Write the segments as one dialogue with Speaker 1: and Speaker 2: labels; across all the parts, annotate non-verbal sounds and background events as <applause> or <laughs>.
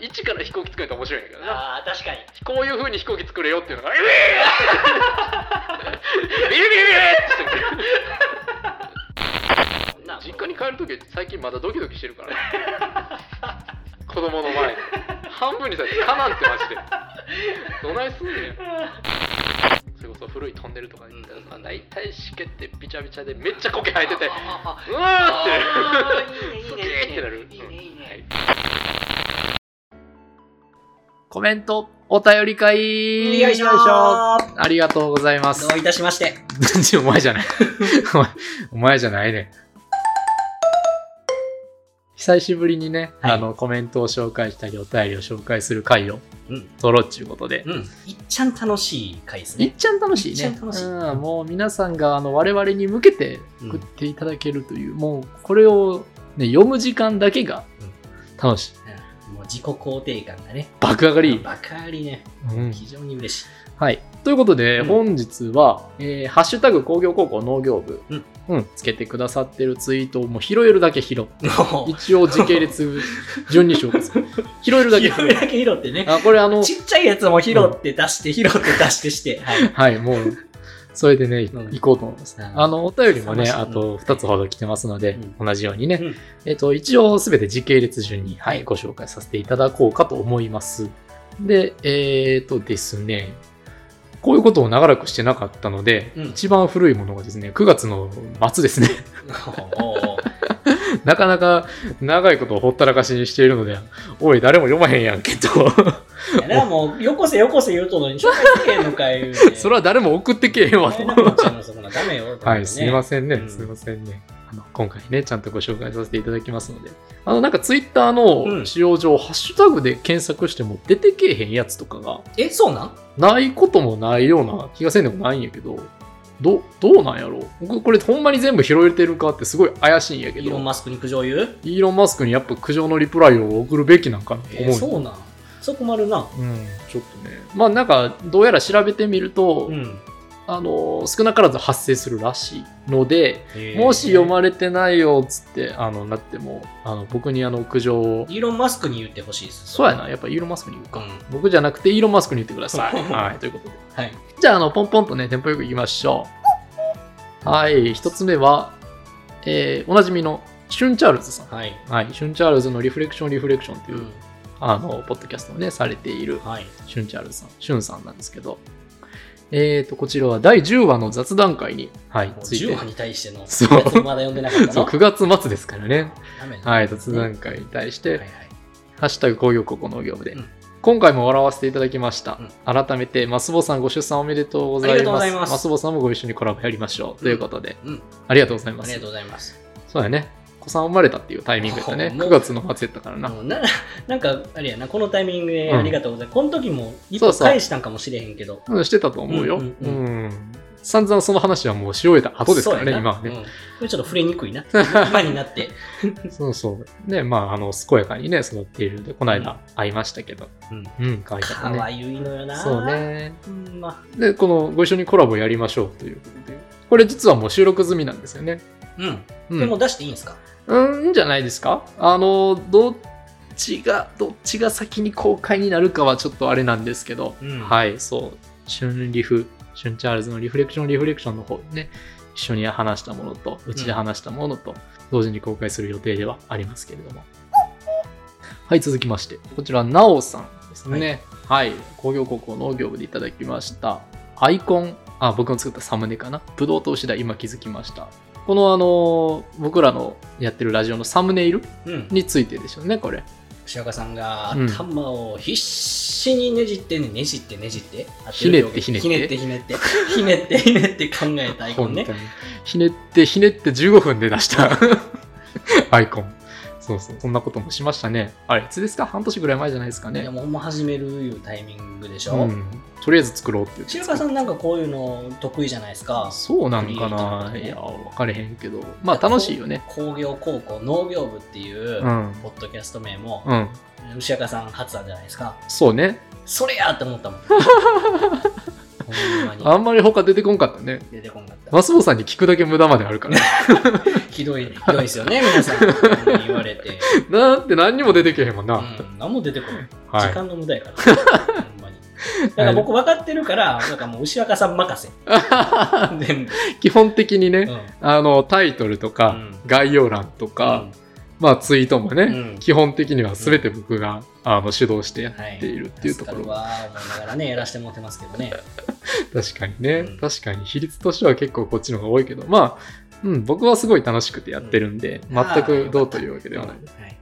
Speaker 1: 一から飛行機作ると面白いんだけどな
Speaker 2: ああ確かに
Speaker 1: こういう風に飛行機作れよっていうのが「えええビリビリビリ!」って言って
Speaker 2: そんな
Speaker 1: 実家に帰る時最近まだドキドキしてるからね子供の前で半分にされて「かなん」ってマジでどないすんねんそれこそ古いトンネルとか行ったらさ大体湿気ってビチャビチャでめっちゃ苔生えてて
Speaker 2: ああああ
Speaker 1: うわー
Speaker 2: あ
Speaker 1: って
Speaker 2: ーいいねいいね
Speaker 1: すげーってなる
Speaker 2: いいねいいね
Speaker 1: はい
Speaker 3: コメント、お便り会
Speaker 2: よいしょー
Speaker 3: ありがとうございます
Speaker 2: ど。ういたしまして
Speaker 3: <laughs> お前じゃない。お前お前じゃないね。久しぶりにね、
Speaker 2: はい
Speaker 3: あの、コメントを紹介したり、お便りを紹介する回を
Speaker 2: うん
Speaker 3: 撮ろうっちゅうことで。
Speaker 2: うんいっちゃん楽しい回です
Speaker 3: いっ
Speaker 2: ね
Speaker 3: ちゃん楽しいね。
Speaker 2: いっちゃん楽しい
Speaker 3: うん、もう皆さんが、あの、我々に向けて送っていただけるという、もう、これを、ね、読む時間だけが楽しい。
Speaker 2: うんもう自己肯定感がね
Speaker 3: 爆上がり。
Speaker 2: バカりね
Speaker 3: うん
Speaker 2: 非常に嬉しい
Speaker 3: はい。ということで、
Speaker 2: うん
Speaker 3: 本日は、えーハッシュタグ工業高校農業部、
Speaker 2: うん
Speaker 3: うんつけてくださってるツイートをもう拾えるだけ拾って、
Speaker 2: も <laughs> う
Speaker 3: 一応時系列順に紹介する。拾えるだけ拾
Speaker 2: 拾
Speaker 3: う
Speaker 2: <laughs> いだけ拾ってね
Speaker 3: あ、これあの、
Speaker 2: ちっちゃいやつも拾って出して拾って出してしてはい
Speaker 3: はい、もう、それでね、
Speaker 2: うん
Speaker 3: 行こうと思います。
Speaker 2: うん
Speaker 3: あの、お便りもね、
Speaker 2: うん
Speaker 3: あと2つほど来てますので、同じようにね、
Speaker 2: うん
Speaker 3: えっと、一応すべて時系列順に、はい、
Speaker 2: はい
Speaker 3: ご紹介させていただこうかと思います。で、えっとですね、こういうことを長らくしてなかったので、
Speaker 2: うん
Speaker 3: 一番古いものがですね、9月の末ですね、 <laughs>
Speaker 2: おー
Speaker 3: なかなか長いことをほったらかしにしているので、おい、誰も読まへんやんけと、
Speaker 2: いやなもうよこせよこせ言うとのに紹介せえへんのか言う
Speaker 3: <laughs> それは誰も送ってけえへん
Speaker 2: <laughs>
Speaker 3: わと。
Speaker 2: ダメよ。
Speaker 3: はい、すいま
Speaker 2: せ
Speaker 3: せんね、
Speaker 2: うん
Speaker 3: すいませんね。あの今回ね、ちゃんとご紹介させていただきますので、あの、なんかツイッター
Speaker 2: う
Speaker 3: の
Speaker 2: ん
Speaker 3: 使用上、ハッシュタグで検索しても出てけえへんやつとかが、
Speaker 2: ん。え、そうなん
Speaker 3: ないこともないような気がせんでもないんやけど、どどうなんやろう僕、これほんまに全部拾えてるかってすごい怪しいんやけ
Speaker 2: イ
Speaker 3: ど、イ
Speaker 2: ーロン・マスクに苦情言う
Speaker 3: ーロン・マスクにやっぱ苦情のリプライを送るべきなんかなと
Speaker 2: え
Speaker 3: 思う。
Speaker 2: そうなん。そこまるな。
Speaker 3: うん、ちょっとね。まあなんか、どうやら調べてみると、
Speaker 2: うん。
Speaker 3: あの、少なからず発生するらしいので、
Speaker 2: へー
Speaker 3: もし読まれてないよっつってあのなってもあの僕にあの苦情を
Speaker 2: イーロン・マスクに言ってほしいです。
Speaker 3: そうやなやっぱイーロン・マスクに言うか、
Speaker 2: うん
Speaker 3: 僕じゃなくてイーロン・マスクに言ってくださいはいということで
Speaker 2: はい。
Speaker 3: じゃああのポンポンとねテンポよくいきましょうはい一つ目は、えーおなじみのシュン・チャールズさん
Speaker 2: はい。
Speaker 3: はい、シュン・チャールズの「リフレクション・リフレクション」と
Speaker 2: う
Speaker 3: いう、
Speaker 2: ん。
Speaker 3: あのポッドキャストをねされている
Speaker 2: はい。
Speaker 3: シュンチャールさん、シュンさんなんですけど、えー、とこちらは第10話の雑談会に、はい
Speaker 2: も、う
Speaker 3: ついて
Speaker 2: 10話に対してのや
Speaker 3: そ
Speaker 2: つ
Speaker 3: う
Speaker 2: まだ読んでなかった
Speaker 3: そう
Speaker 2: の
Speaker 3: 9月末ですからね
Speaker 2: ダメだ
Speaker 3: はい、雑談会に対して、
Speaker 2: はいはい
Speaker 3: ハッシュタグ工業高校農業部で、
Speaker 2: うん
Speaker 3: 今回も笑わせていただきました。
Speaker 2: うん
Speaker 3: 改めて、マスボさんご出産おめでとうござい
Speaker 2: あり
Speaker 3: ます。
Speaker 2: がとうございます
Speaker 3: マスボさんもご一緒にコラボやりましょう。ということで、
Speaker 2: うん
Speaker 3: ありがとうございま
Speaker 2: あり
Speaker 3: す
Speaker 2: がとう。ございます。
Speaker 3: そうだね。子さん生まれたっていうタイミングやったね。
Speaker 2: もう
Speaker 3: 9月の末やったからな。
Speaker 2: もうななんか、あれやな、このタイミングで
Speaker 3: うん
Speaker 2: ありがとうございます。この時も一
Speaker 3: そう
Speaker 2: 歩
Speaker 3: そう
Speaker 2: 返したんかもしれへんけど。
Speaker 3: うん、してたと思うよ。う
Speaker 2: うんんうん
Speaker 3: 散々その話はもうし終えた後ですからね、
Speaker 2: そうや
Speaker 3: 今
Speaker 2: な
Speaker 3: は
Speaker 2: う
Speaker 3: ね。
Speaker 2: んこれちょっと触れに
Speaker 3: <laughs>
Speaker 2: くいな。今になって。
Speaker 3: そうそう。ね、まあ、あの、健やかにね、育っているので、この間会いましたけど。
Speaker 2: うん。
Speaker 3: うん、可愛かった
Speaker 2: か
Speaker 3: ね。
Speaker 2: わゆいのよな。
Speaker 3: そう。ね。
Speaker 2: うん、ま
Speaker 3: で、このご一緒にコラボやりましょうということで、これ実はもう収録済みなんですよね。
Speaker 2: あ、うん。
Speaker 3: うん、
Speaker 2: でも出していいんですか
Speaker 3: うん、いいんじゃないですかあの、どっちが、どっちが先に公開になるかはちょっとあれなんですけど、
Speaker 2: うん
Speaker 3: はい、そう、シュンリフ、シュンチャールズのリフレクション、リフレクションの方ね、一緒に話したものと、うちで話したものと、同時に公開する予定ではありますけれども。はい、続きまして、こちら、なおさんですね。はい、工業高校農業部でいただきました。アイコン、あ、僕の作ったサムネかな。ブドウ投資だ、今気づきました。このあのー僕らのやってるラジオのサムネイル
Speaker 2: うん。
Speaker 3: についてでしょうね、これ。
Speaker 2: 吉岡さんが
Speaker 3: うん
Speaker 2: 頭を必死にねじってね、ねじってねじって。
Speaker 3: ひねってひねって
Speaker 2: ひねってひねって。ひねってひねって考えたアイコン
Speaker 3: <laughs>
Speaker 2: ね
Speaker 3: 本。当にひねってひねって15分で出した <laughs> アイコン。そうそう、そんなこともしましたね。あれ、いつですか半年ぐらい前じゃないですか
Speaker 2: いや
Speaker 3: ね。
Speaker 2: もうほんま始めるいうタイミングでし
Speaker 3: う
Speaker 2: ょ。
Speaker 3: ん、とりあえず作ろうって言って
Speaker 2: 吉岡さんなんかこういうの得意じゃないですか。
Speaker 3: そうなんかな、
Speaker 2: クリエイターとかね
Speaker 3: いや、分かれへんけど。まあ、楽しいよね。
Speaker 2: 工業高校農業部ってい
Speaker 3: う、
Speaker 2: う
Speaker 3: ん。
Speaker 2: ポッドキャスト名も、
Speaker 3: うん。
Speaker 2: 牛若さん発案じゃないですか。
Speaker 3: そうね。
Speaker 2: それやって思ったもん。ほんま
Speaker 3: あ
Speaker 2: に
Speaker 3: んまり他出てこんかったね。
Speaker 2: 出てこんかった。
Speaker 3: マスボさんに聞くだけ無駄まである
Speaker 2: <laughs>
Speaker 3: から。 <laughs>
Speaker 2: ひどい、ひどいですよね、皆さん。ほんまに言われて。
Speaker 3: なんて何にも出てけへんもんな。
Speaker 2: うん、何も出てこない。
Speaker 3: は
Speaker 2: 時
Speaker 3: い。
Speaker 2: 間の無駄
Speaker 3: <laughs>
Speaker 2: やから。ほんまに。だから僕分かってるから、なんかもう牛若さん
Speaker 3: <laughs>
Speaker 2: 任せ。全部。
Speaker 3: 基本的に
Speaker 2: う
Speaker 3: ね、
Speaker 2: ん
Speaker 3: あの、タイトルとか、
Speaker 2: うん
Speaker 3: 概要欄とか、まあ、ツイートもね、
Speaker 2: うん
Speaker 3: 基本的には全て僕が、あの主導してやっているっていうところ
Speaker 2: 助
Speaker 3: が、
Speaker 2: かるわ思いながらね、やらしてもらってますけどね。
Speaker 3: 確かにね、
Speaker 2: うん
Speaker 3: 確かに比率としては結構こっちの方が多いけどまあ、うん、僕はすごい楽しくてやってるんで、
Speaker 2: うん
Speaker 3: 全くどうというわけ <laughs> ではない、
Speaker 2: はい。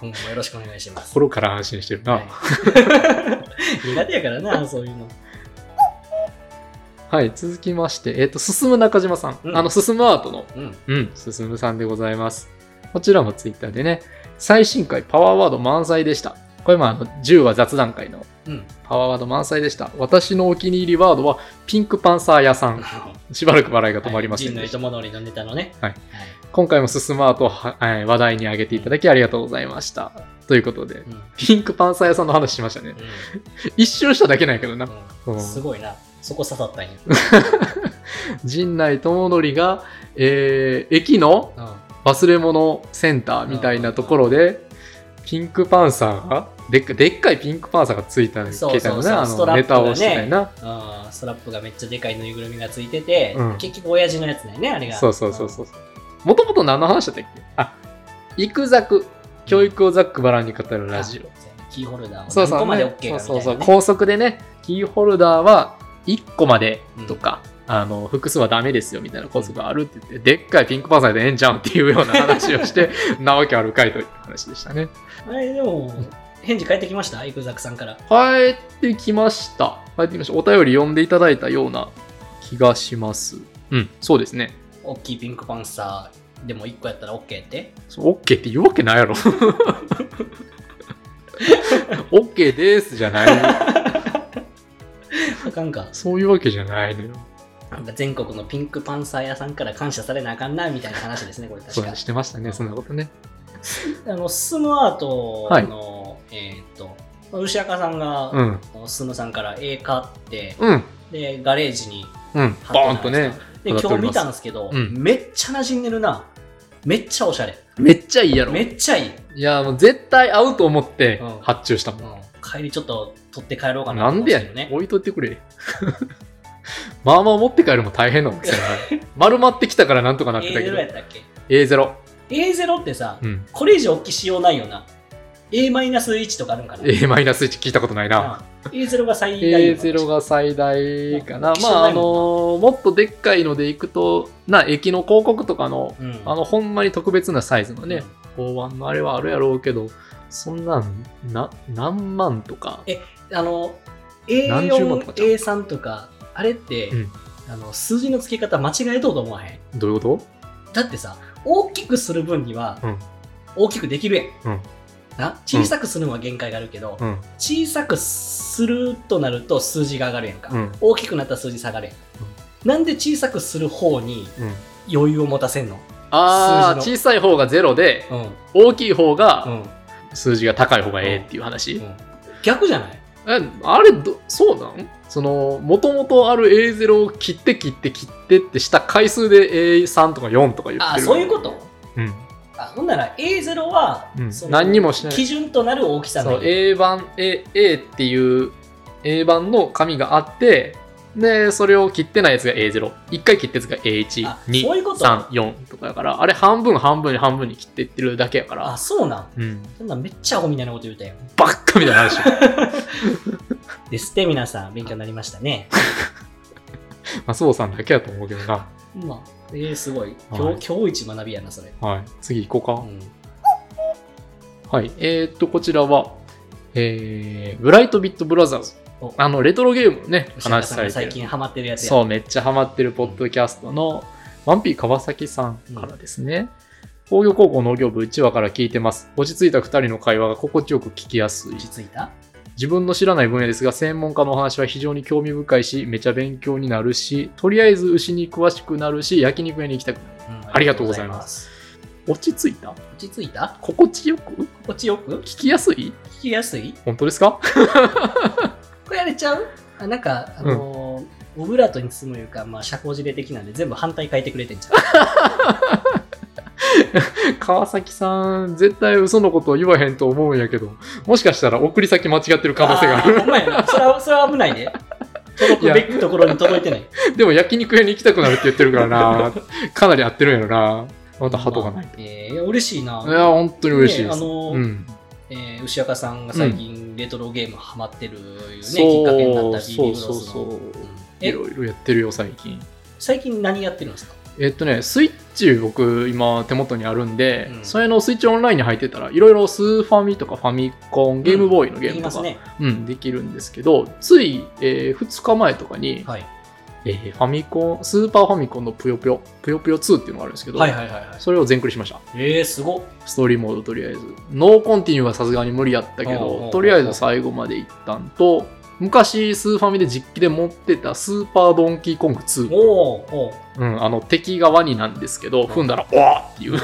Speaker 2: 今後もよろしくお願いします。
Speaker 3: 心から安心してるな
Speaker 2: は
Speaker 3: はいい、
Speaker 2: <laughs> 苦手やからな、そういうの。
Speaker 3: 続きまして、えっと進む中島さん、
Speaker 2: うん
Speaker 3: あの進むアートの
Speaker 2: うん。
Speaker 3: うん、進むさんでございます。こちらもツイッターでね、最新回パワーワード満載でした。これもあの10話雑談会の
Speaker 2: うん。
Speaker 3: パワーワード満載でした。私のお気に入りワードはピンクパンサー屋さん。しばらく笑いが <laughs> 止まりません
Speaker 2: 人
Speaker 3: で
Speaker 2: 類
Speaker 3: した。
Speaker 2: と物りのネタのね。
Speaker 3: はい。今回も進むアートをはえー話題に上げていただきありがとうございました。ということで、
Speaker 2: う
Speaker 3: <laughs>
Speaker 2: んう
Speaker 3: ピンクパンサー屋さんの話しましたね。一瞬しただけなんやけどな。
Speaker 2: ん
Speaker 3: う
Speaker 2: うんんすごいな。そこ刺
Speaker 3: <laughs>
Speaker 2: さったんや。
Speaker 3: 陣内智則が、えー駅の忘れ物センターみたいなところで、ピンクパンサーが、でっかでっかいピンクパンサーがついた携
Speaker 2: そうそう
Speaker 3: 帯の
Speaker 2: そう
Speaker 3: ね、あ
Speaker 2: スト
Speaker 3: の
Speaker 2: ラ
Speaker 3: ネ
Speaker 2: ップが
Speaker 3: タ
Speaker 2: ね
Speaker 3: をしてたよな。
Speaker 2: うんストラップがめっちゃでかいぬいぐるみがついてて、
Speaker 3: うん
Speaker 2: 結局親父のやつだよね、あれが。
Speaker 3: そうそうそうそう。もともと何の話だったっけあ、行くざく、教育をざっくばらんに語る
Speaker 2: うん
Speaker 3: ラジオ。。
Speaker 2: キーホルダーを
Speaker 3: そう
Speaker 2: 何
Speaker 3: そう、
Speaker 2: 個まで OK かみた
Speaker 3: そう
Speaker 2: いな、ね。
Speaker 3: そうそう高速でねキーホルダーは1個までとか、あの複数はダメですよみたいな高速があるって言ってでっかいピンクパンサーでええんじゃんっていうような話をして
Speaker 2: <laughs>
Speaker 3: なわけあるかいという話でしたね
Speaker 2: あれでも、返事返ってきましたイクザクさんから。
Speaker 3: 帰ってきました帰ってきましたお便り読んでいただいたような気がしますうんそうですね
Speaker 2: 大きいピンクパンサーでも1個やったら OK って。
Speaker 3: そう OK って言うわけないや <laughs> ろ OK ですじゃないの
Speaker 2: あかんか。
Speaker 3: そういうわけじゃないのよ
Speaker 2: なんか全国のピンクパンサー屋さんから感謝されなあかんなみたいな話ですね、これ
Speaker 3: そ
Speaker 2: 確
Speaker 3: う
Speaker 2: か。
Speaker 3: してましたねそんなことね
Speaker 2: あのスムアートの、えーっと、牛赤さんが、
Speaker 3: うん
Speaker 2: スムさんから絵買って、
Speaker 3: うん
Speaker 2: で、ガレージに
Speaker 3: うん、
Speaker 2: 貼
Speaker 3: ボーン
Speaker 2: った
Speaker 3: と
Speaker 2: じゃない
Speaker 3: ね
Speaker 2: ですか。
Speaker 3: 飾ってお
Speaker 2: で、今
Speaker 3: りま
Speaker 2: 日見
Speaker 3: す
Speaker 2: たんですけど、
Speaker 3: うん
Speaker 2: めっちゃ馴染んでるな。めっちゃおしゃれ。
Speaker 3: めっちゃいいやろ
Speaker 2: め
Speaker 3: い
Speaker 2: っちゃいい。
Speaker 3: やもう絶対合うと思って
Speaker 2: うん
Speaker 3: 発注したもん、
Speaker 2: うん、帰りちょっと取って帰ろうかな
Speaker 3: な
Speaker 2: と思
Speaker 3: ん
Speaker 2: っ
Speaker 3: でや
Speaker 2: てた
Speaker 3: ね
Speaker 2: けど
Speaker 3: ん、置いといてくれ <laughs> まあまあ持って帰るのも大変な大き <laughs> さやな丸まってきたからなんとかなってたけ
Speaker 2: A0
Speaker 3: ど
Speaker 2: やったっけ
Speaker 3: A0
Speaker 2: ?A0 ってさ、
Speaker 3: うん
Speaker 2: これ以上大きい仕様ないよな。A-1 とかあるんかな。
Speaker 3: A-1 聞いたことないな、
Speaker 2: うん A0 が最大よな
Speaker 3: A0 が最大かな
Speaker 2: うん
Speaker 3: まああのーもっとでっかいのでいくとな駅の広告とかの
Speaker 2: うん、
Speaker 3: あのほんまに特別なサイズのね法案のあれはあるやろうけどそんなんな何万とか
Speaker 2: あの
Speaker 3: 何十万と
Speaker 2: A4、
Speaker 3: かちゃう
Speaker 2: A3 とかあれって、
Speaker 3: うん
Speaker 2: あの数字の付け方間違えとうと思わへん
Speaker 3: どういうこ
Speaker 2: だってさ大きくする分には
Speaker 3: うん
Speaker 2: 大きくできるやん、
Speaker 3: うん
Speaker 2: な小さくするのは限界があるけど、
Speaker 3: とうん
Speaker 2: 小さくするとなると数字が上がるやんか、
Speaker 3: うん
Speaker 2: 大きくなったら数字下がるやん、なんで小さくする方に
Speaker 3: うん
Speaker 2: 余裕を持たせんの、
Speaker 3: ああ
Speaker 2: 数字
Speaker 3: 小さい方がゼロで
Speaker 2: うん
Speaker 3: 大きい方
Speaker 2: う
Speaker 3: が
Speaker 2: ん
Speaker 3: 数字が高い方がええっていう話、
Speaker 2: うん逆じゃない
Speaker 3: えあれどそうなんそのもともとある A0 を切って切って切ってってした回数で A3 とか4とか言ってる
Speaker 2: ああそういうこと
Speaker 3: うん
Speaker 2: あほんなら A0 は、
Speaker 3: うん
Speaker 2: その
Speaker 3: 何にもしない
Speaker 2: 基準となる大きさ
Speaker 3: そ
Speaker 2: の
Speaker 3: の A 版 A, A っていう A 版の紙があってでそれを切ってないやつが A01 回切ったやつが
Speaker 2: あそういうこと
Speaker 3: A12344とかだからあれ半分半分に半分に切っていってるだけやから
Speaker 2: あ、そうなん。
Speaker 3: うん、
Speaker 2: そんなんめっちゃアホみたいなこと言うたよ。
Speaker 3: ばっかみたいな話
Speaker 2: ですって、皆さん、勉強になりましたね。
Speaker 3: 麻生さんだけやと思うけどな。
Speaker 2: まあ、えー、すごい。今日、
Speaker 3: はい
Speaker 2: 今日一学びやな、それ。
Speaker 3: はい。次行
Speaker 2: う
Speaker 3: こ
Speaker 2: ん。
Speaker 3: うか。はい。えーっと、こちらは、えー、ブライトビットブラザーズ
Speaker 2: お。
Speaker 3: あの、レトロゲームのね、
Speaker 2: 牛田
Speaker 3: 話
Speaker 2: さ
Speaker 3: さ
Speaker 2: んが
Speaker 3: れて
Speaker 2: 最
Speaker 3: る。
Speaker 2: 近ハマってるやつや。
Speaker 3: そう、めっちゃハマってるポッドキャストの、ワンピー川崎さんからですね。工業高校農業部1話から聞いてます。落ち着いた2人の会話が心地よく聞きやすい
Speaker 2: 落。ち着いた
Speaker 3: 自分の知らない分野ですが専門家のお話は非常に興味深いしめちゃ勉強になるしとりあえず牛に詳しくなるし焼肉屋に行きたくなる
Speaker 2: うん。
Speaker 3: ありがとうございます落ち着いた
Speaker 2: 落ち着いた
Speaker 3: 心地よく
Speaker 2: 心地よく
Speaker 3: 聞きやすい
Speaker 2: 聞きやすい
Speaker 3: 本当ですか
Speaker 2: これやれちゃうあなんか、あのーオブラートに包むいうか、まあ、社交辞令的なんで全部反対書いてくれてんじゃん。
Speaker 3: 川崎さん、絶対嘘のことを言わへんと思うんやけど、もしかしたら送り先間違ってる可能性があ
Speaker 2: ー
Speaker 3: る。
Speaker 2: ほんまやな。それは、それは危ないね。届くべきところに届いてない。
Speaker 3: <laughs> でも焼肉屋に行きたくなるって言ってるから
Speaker 2: <laughs>
Speaker 3: な、かなり合ってるんやろな。また鳩がない。
Speaker 2: まあ。えーいや嬉しいな。
Speaker 3: いや、本当に嬉しい
Speaker 2: ね
Speaker 3: で
Speaker 2: あ
Speaker 3: す。
Speaker 2: の
Speaker 3: うん、
Speaker 2: えー牛若さんが最近レトロゲームハマってる、ね
Speaker 3: そう
Speaker 2: きっかけになったビビブロ
Speaker 3: そう
Speaker 2: ス
Speaker 3: そ
Speaker 2: の
Speaker 3: うそう
Speaker 2: うん
Speaker 3: い
Speaker 2: え
Speaker 3: ろいろやってるよ、最近。
Speaker 2: 最近何やってるんですか
Speaker 3: えっとね、スイッチ僕今手元にあるんで、
Speaker 2: うん
Speaker 3: それのスイッチオンラインに入ってたらいろいろスーファミとかファミコンゲームボーイのゲー
Speaker 2: 言い
Speaker 3: ム
Speaker 2: ま
Speaker 3: と
Speaker 2: す
Speaker 3: か、
Speaker 2: ね
Speaker 3: うん、できるんですけどつい、え2日前とかに、
Speaker 2: はい
Speaker 3: えーファミコンスーパーファミコンの「ぷよぷよ」「ぷよぷよ2」っていうのがあるんですけど、
Speaker 2: はいはいはいはい
Speaker 3: それを全クリしました
Speaker 2: えー、すごっ
Speaker 3: ストーリーモードとりあえずノーコンティニューはさすがに無理やったけ
Speaker 2: おうおうお
Speaker 3: ど
Speaker 2: う
Speaker 3: とりあえず最後まで行ったんと昔スーファミで実機で持ってた「スーパードンキーコング2」
Speaker 2: おおおお
Speaker 3: うん、あの敵がワニなんですけど踏んだら「おわっ!」っていう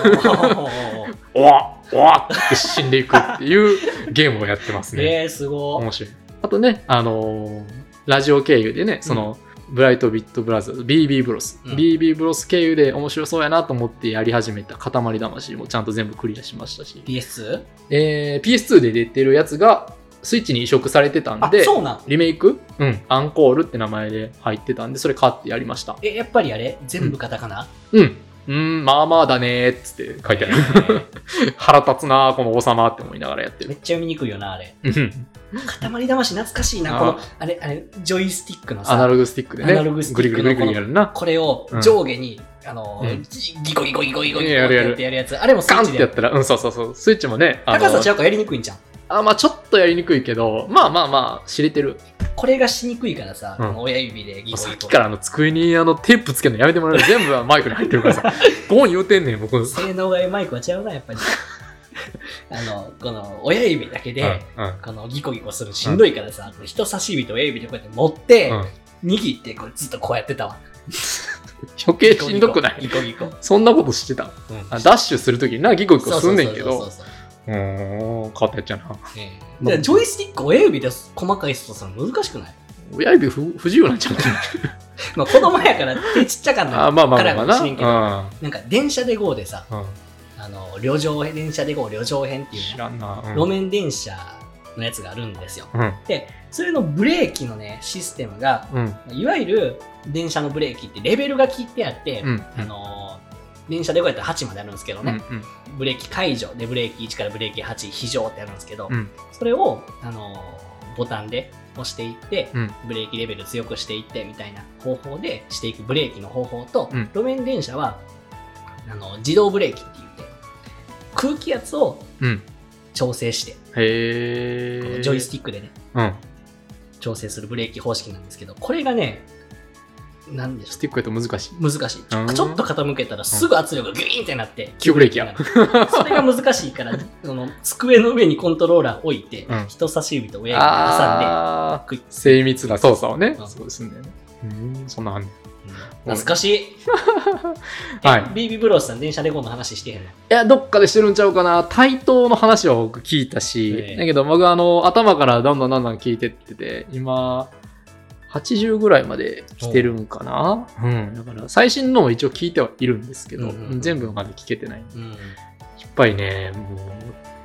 Speaker 2: ー
Speaker 3: おわおわって死んでいくっていうゲームをやってますね。
Speaker 2: えー、すごっ
Speaker 3: 面白い。あとね、あのーラジオ経由でね、その、ブライトビットブラザーズ、BB ブロス、
Speaker 2: うん
Speaker 3: BB ブロス経由で面白そうやなと思ってやり始めた塊魂もちゃんと全部クリアしましたし、
Speaker 2: PS?
Speaker 3: えー PS2 で出てるやつがスイッチに移植されてたん
Speaker 2: あ
Speaker 3: で、
Speaker 2: そうなん
Speaker 3: リメイク、うん、アンコールって名前で入ってたんで、それ買ってやりました。
Speaker 2: えやっぱりあれ全部カタカナ、
Speaker 3: うん。うん、まあまあだねーっつって書いてあ
Speaker 2: <laughs>
Speaker 3: る。腹立つなーこの王様って思いながらやって
Speaker 2: め
Speaker 3: る
Speaker 2: っ。ちゃ読みにくいよなあれ
Speaker 3: うん
Speaker 2: 塊魂懐かしいな
Speaker 3: あー
Speaker 2: このあれあれジョイスティックの
Speaker 3: アナ
Speaker 2: さ
Speaker 3: ログスティックでね。
Speaker 2: アナログスティック
Speaker 3: グリグリグリグリやるな。
Speaker 2: これを上下に、あの、
Speaker 3: うん
Speaker 2: ギコギコギコギコギコ
Speaker 3: や
Speaker 2: っ
Speaker 3: る
Speaker 2: て
Speaker 3: やる
Speaker 2: やってやるやつあれもスイ
Speaker 3: ガ
Speaker 2: ッ
Speaker 3: ンっ
Speaker 2: チ
Speaker 3: て
Speaker 2: で
Speaker 3: やったら、うん、そうそうそう。スイッチもね、あの
Speaker 2: 高さちゃうからやりにくいんじゃん
Speaker 3: あ、まあちょっとやりにくいけど、まあまあまあ、知れてる。
Speaker 2: これがしにくいからさ、
Speaker 3: うん
Speaker 2: この親指でギコギコ
Speaker 3: さっきからあの机にあのテープつけるのやめてもらえる全部はマイクに入ってるから <laughs> さ。ゴン言うてんねん、僕。う
Speaker 2: 性能がマイクは違うなやっ
Speaker 3: <laughs>
Speaker 2: ぱりあのこの親指だけ
Speaker 3: ん、うん
Speaker 2: で、このギコギコするのしんどいからさ、人差し指と親指でこうやって持って、
Speaker 3: うん。
Speaker 2: 握ってこれずっとこうやってたわ
Speaker 3: 余計しんどくない
Speaker 2: ギコギコ、
Speaker 3: そんなことしてた。あダッシュするときにな、ギコギコすんねんけ
Speaker 2: そう
Speaker 3: ど。
Speaker 2: そうそうそう
Speaker 3: うーん、変わったやっちゃうな。
Speaker 2: そうええじゃあジョイスティックを親指で細かい人とするの難しくない、
Speaker 3: 親指不不自由なんちゃってる。
Speaker 2: まあ、子供やから手ちっちゃかん
Speaker 3: あ、
Speaker 2: の
Speaker 3: まあまあま
Speaker 2: から
Speaker 3: あ
Speaker 2: か
Speaker 3: まあ
Speaker 2: もしれんけど
Speaker 3: な。
Speaker 2: なんか電車で GO でさ
Speaker 3: うん。うん
Speaker 2: あの旅情編電車で GO 旅情編っていう
Speaker 3: 知
Speaker 2: ね
Speaker 3: らんな。うん
Speaker 2: 路面電車のやつがあるんですよ
Speaker 3: うん。
Speaker 2: でそれのブレーキのねシステムが
Speaker 3: うん。
Speaker 2: いわゆる電車のブレーキってレベルが切ってあって、
Speaker 3: うん。
Speaker 2: あのー電車でこうやったら8まであるんですけど
Speaker 3: うん。う
Speaker 2: ね、
Speaker 3: ん。
Speaker 2: ブレーキ解除でブレーキ1からブレーキ8非常ってあるんですけど、
Speaker 3: うん
Speaker 2: それを、あのーボタンで押していって、
Speaker 3: うん
Speaker 2: ブレーキレベル強くしていってみたいな方法でしていくブレーキの方法と、
Speaker 3: うん
Speaker 2: 路面電車はあの自動ブレーキって言って空気圧を
Speaker 3: うん。
Speaker 2: 調整して、こ
Speaker 3: へ
Speaker 2: の
Speaker 3: え。
Speaker 2: ジョイスティックでね
Speaker 3: うん。
Speaker 2: 調整するブレーキ方式なんですけどこれがねなんでしょう
Speaker 3: スティックやと難しい。
Speaker 2: 難しいちょ
Speaker 3: うん
Speaker 2: ちょっと傾けたらすぐ圧力がグイーンってなって
Speaker 3: 急ブレーキや
Speaker 2: 急ブレーキになる <laughs> それが難しいからその机の上にコントローラー置いて、
Speaker 3: うん
Speaker 2: 人差し指と親指を挟んで
Speaker 3: あ
Speaker 2: クイッ
Speaker 3: ー精密な操作をね
Speaker 2: う。ん
Speaker 3: そうですんだよね。うん、そんなあんねん
Speaker 2: 懐かしいえ
Speaker 3: <laughs> はい
Speaker 2: BB ブロスさん電車レゴの話してへんの
Speaker 3: いや、どっかでしてるんちゃうかな。対等の話は僕聞いたし、
Speaker 2: ええ
Speaker 3: だけど僕あの、頭からどんどんどんどん聞いてってて、今、80ぐらいまで来てるんかな。うん。だから、最新のも一応聞いてはいるんですけど、
Speaker 2: うんうんうん
Speaker 3: 全部まで聞けてない。
Speaker 2: うん
Speaker 3: いっぱいね、も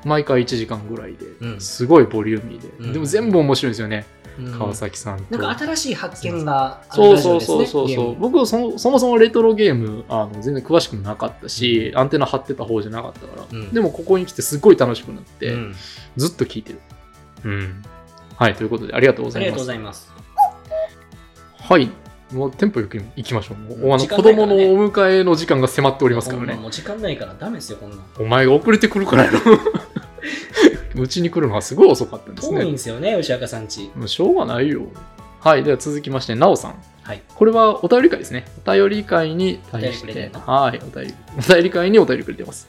Speaker 3: う、毎回1時間ぐらいで、
Speaker 2: うん
Speaker 3: すごいボリューミーで、
Speaker 2: うん
Speaker 3: でも全部面白いんですよね、
Speaker 2: うん
Speaker 3: 川崎さんと。
Speaker 2: なんか新しい発見があ
Speaker 3: そ
Speaker 2: る
Speaker 3: う
Speaker 2: ラジ
Speaker 3: そ
Speaker 2: オ
Speaker 3: う
Speaker 2: です
Speaker 3: そう
Speaker 2: ね
Speaker 3: そう
Speaker 2: ゲー
Speaker 3: そう
Speaker 2: ム
Speaker 3: 僕はそもそもそもレトロゲームあの全然詳しくなかったし、アンテナ張ってた方じゃなかったから、
Speaker 2: うん
Speaker 3: でもここに来てすごい楽しくなって、
Speaker 2: うん
Speaker 3: ずっと聞いてる、うん、はいということでありがとうご
Speaker 2: あ
Speaker 3: ざ
Speaker 2: り
Speaker 3: い
Speaker 2: が
Speaker 3: ま
Speaker 2: とうご
Speaker 3: す
Speaker 2: ざいます
Speaker 3: はいもうテンポよく行きましょうもうあの
Speaker 2: 時間
Speaker 3: 子
Speaker 2: ないか
Speaker 3: 供
Speaker 2: らね
Speaker 3: のお迎えの時間が迫っておりますから
Speaker 2: ほんま
Speaker 3: ね
Speaker 2: もう時間ないからダメですよこんなん
Speaker 3: お前が遅れてくるからや <laughs> ろうちに来るのはすごい遅かったんです
Speaker 2: 遠いん
Speaker 3: ね
Speaker 2: ですよね牛若さんち
Speaker 3: もうしょうがないよはいでは続きましてなおさん
Speaker 2: はい
Speaker 3: これはお便り会ですね。お便り会に対し
Speaker 2: お便りくれて
Speaker 3: て
Speaker 2: ん、の
Speaker 3: はい、お便り、お便り会にお便りくれてます。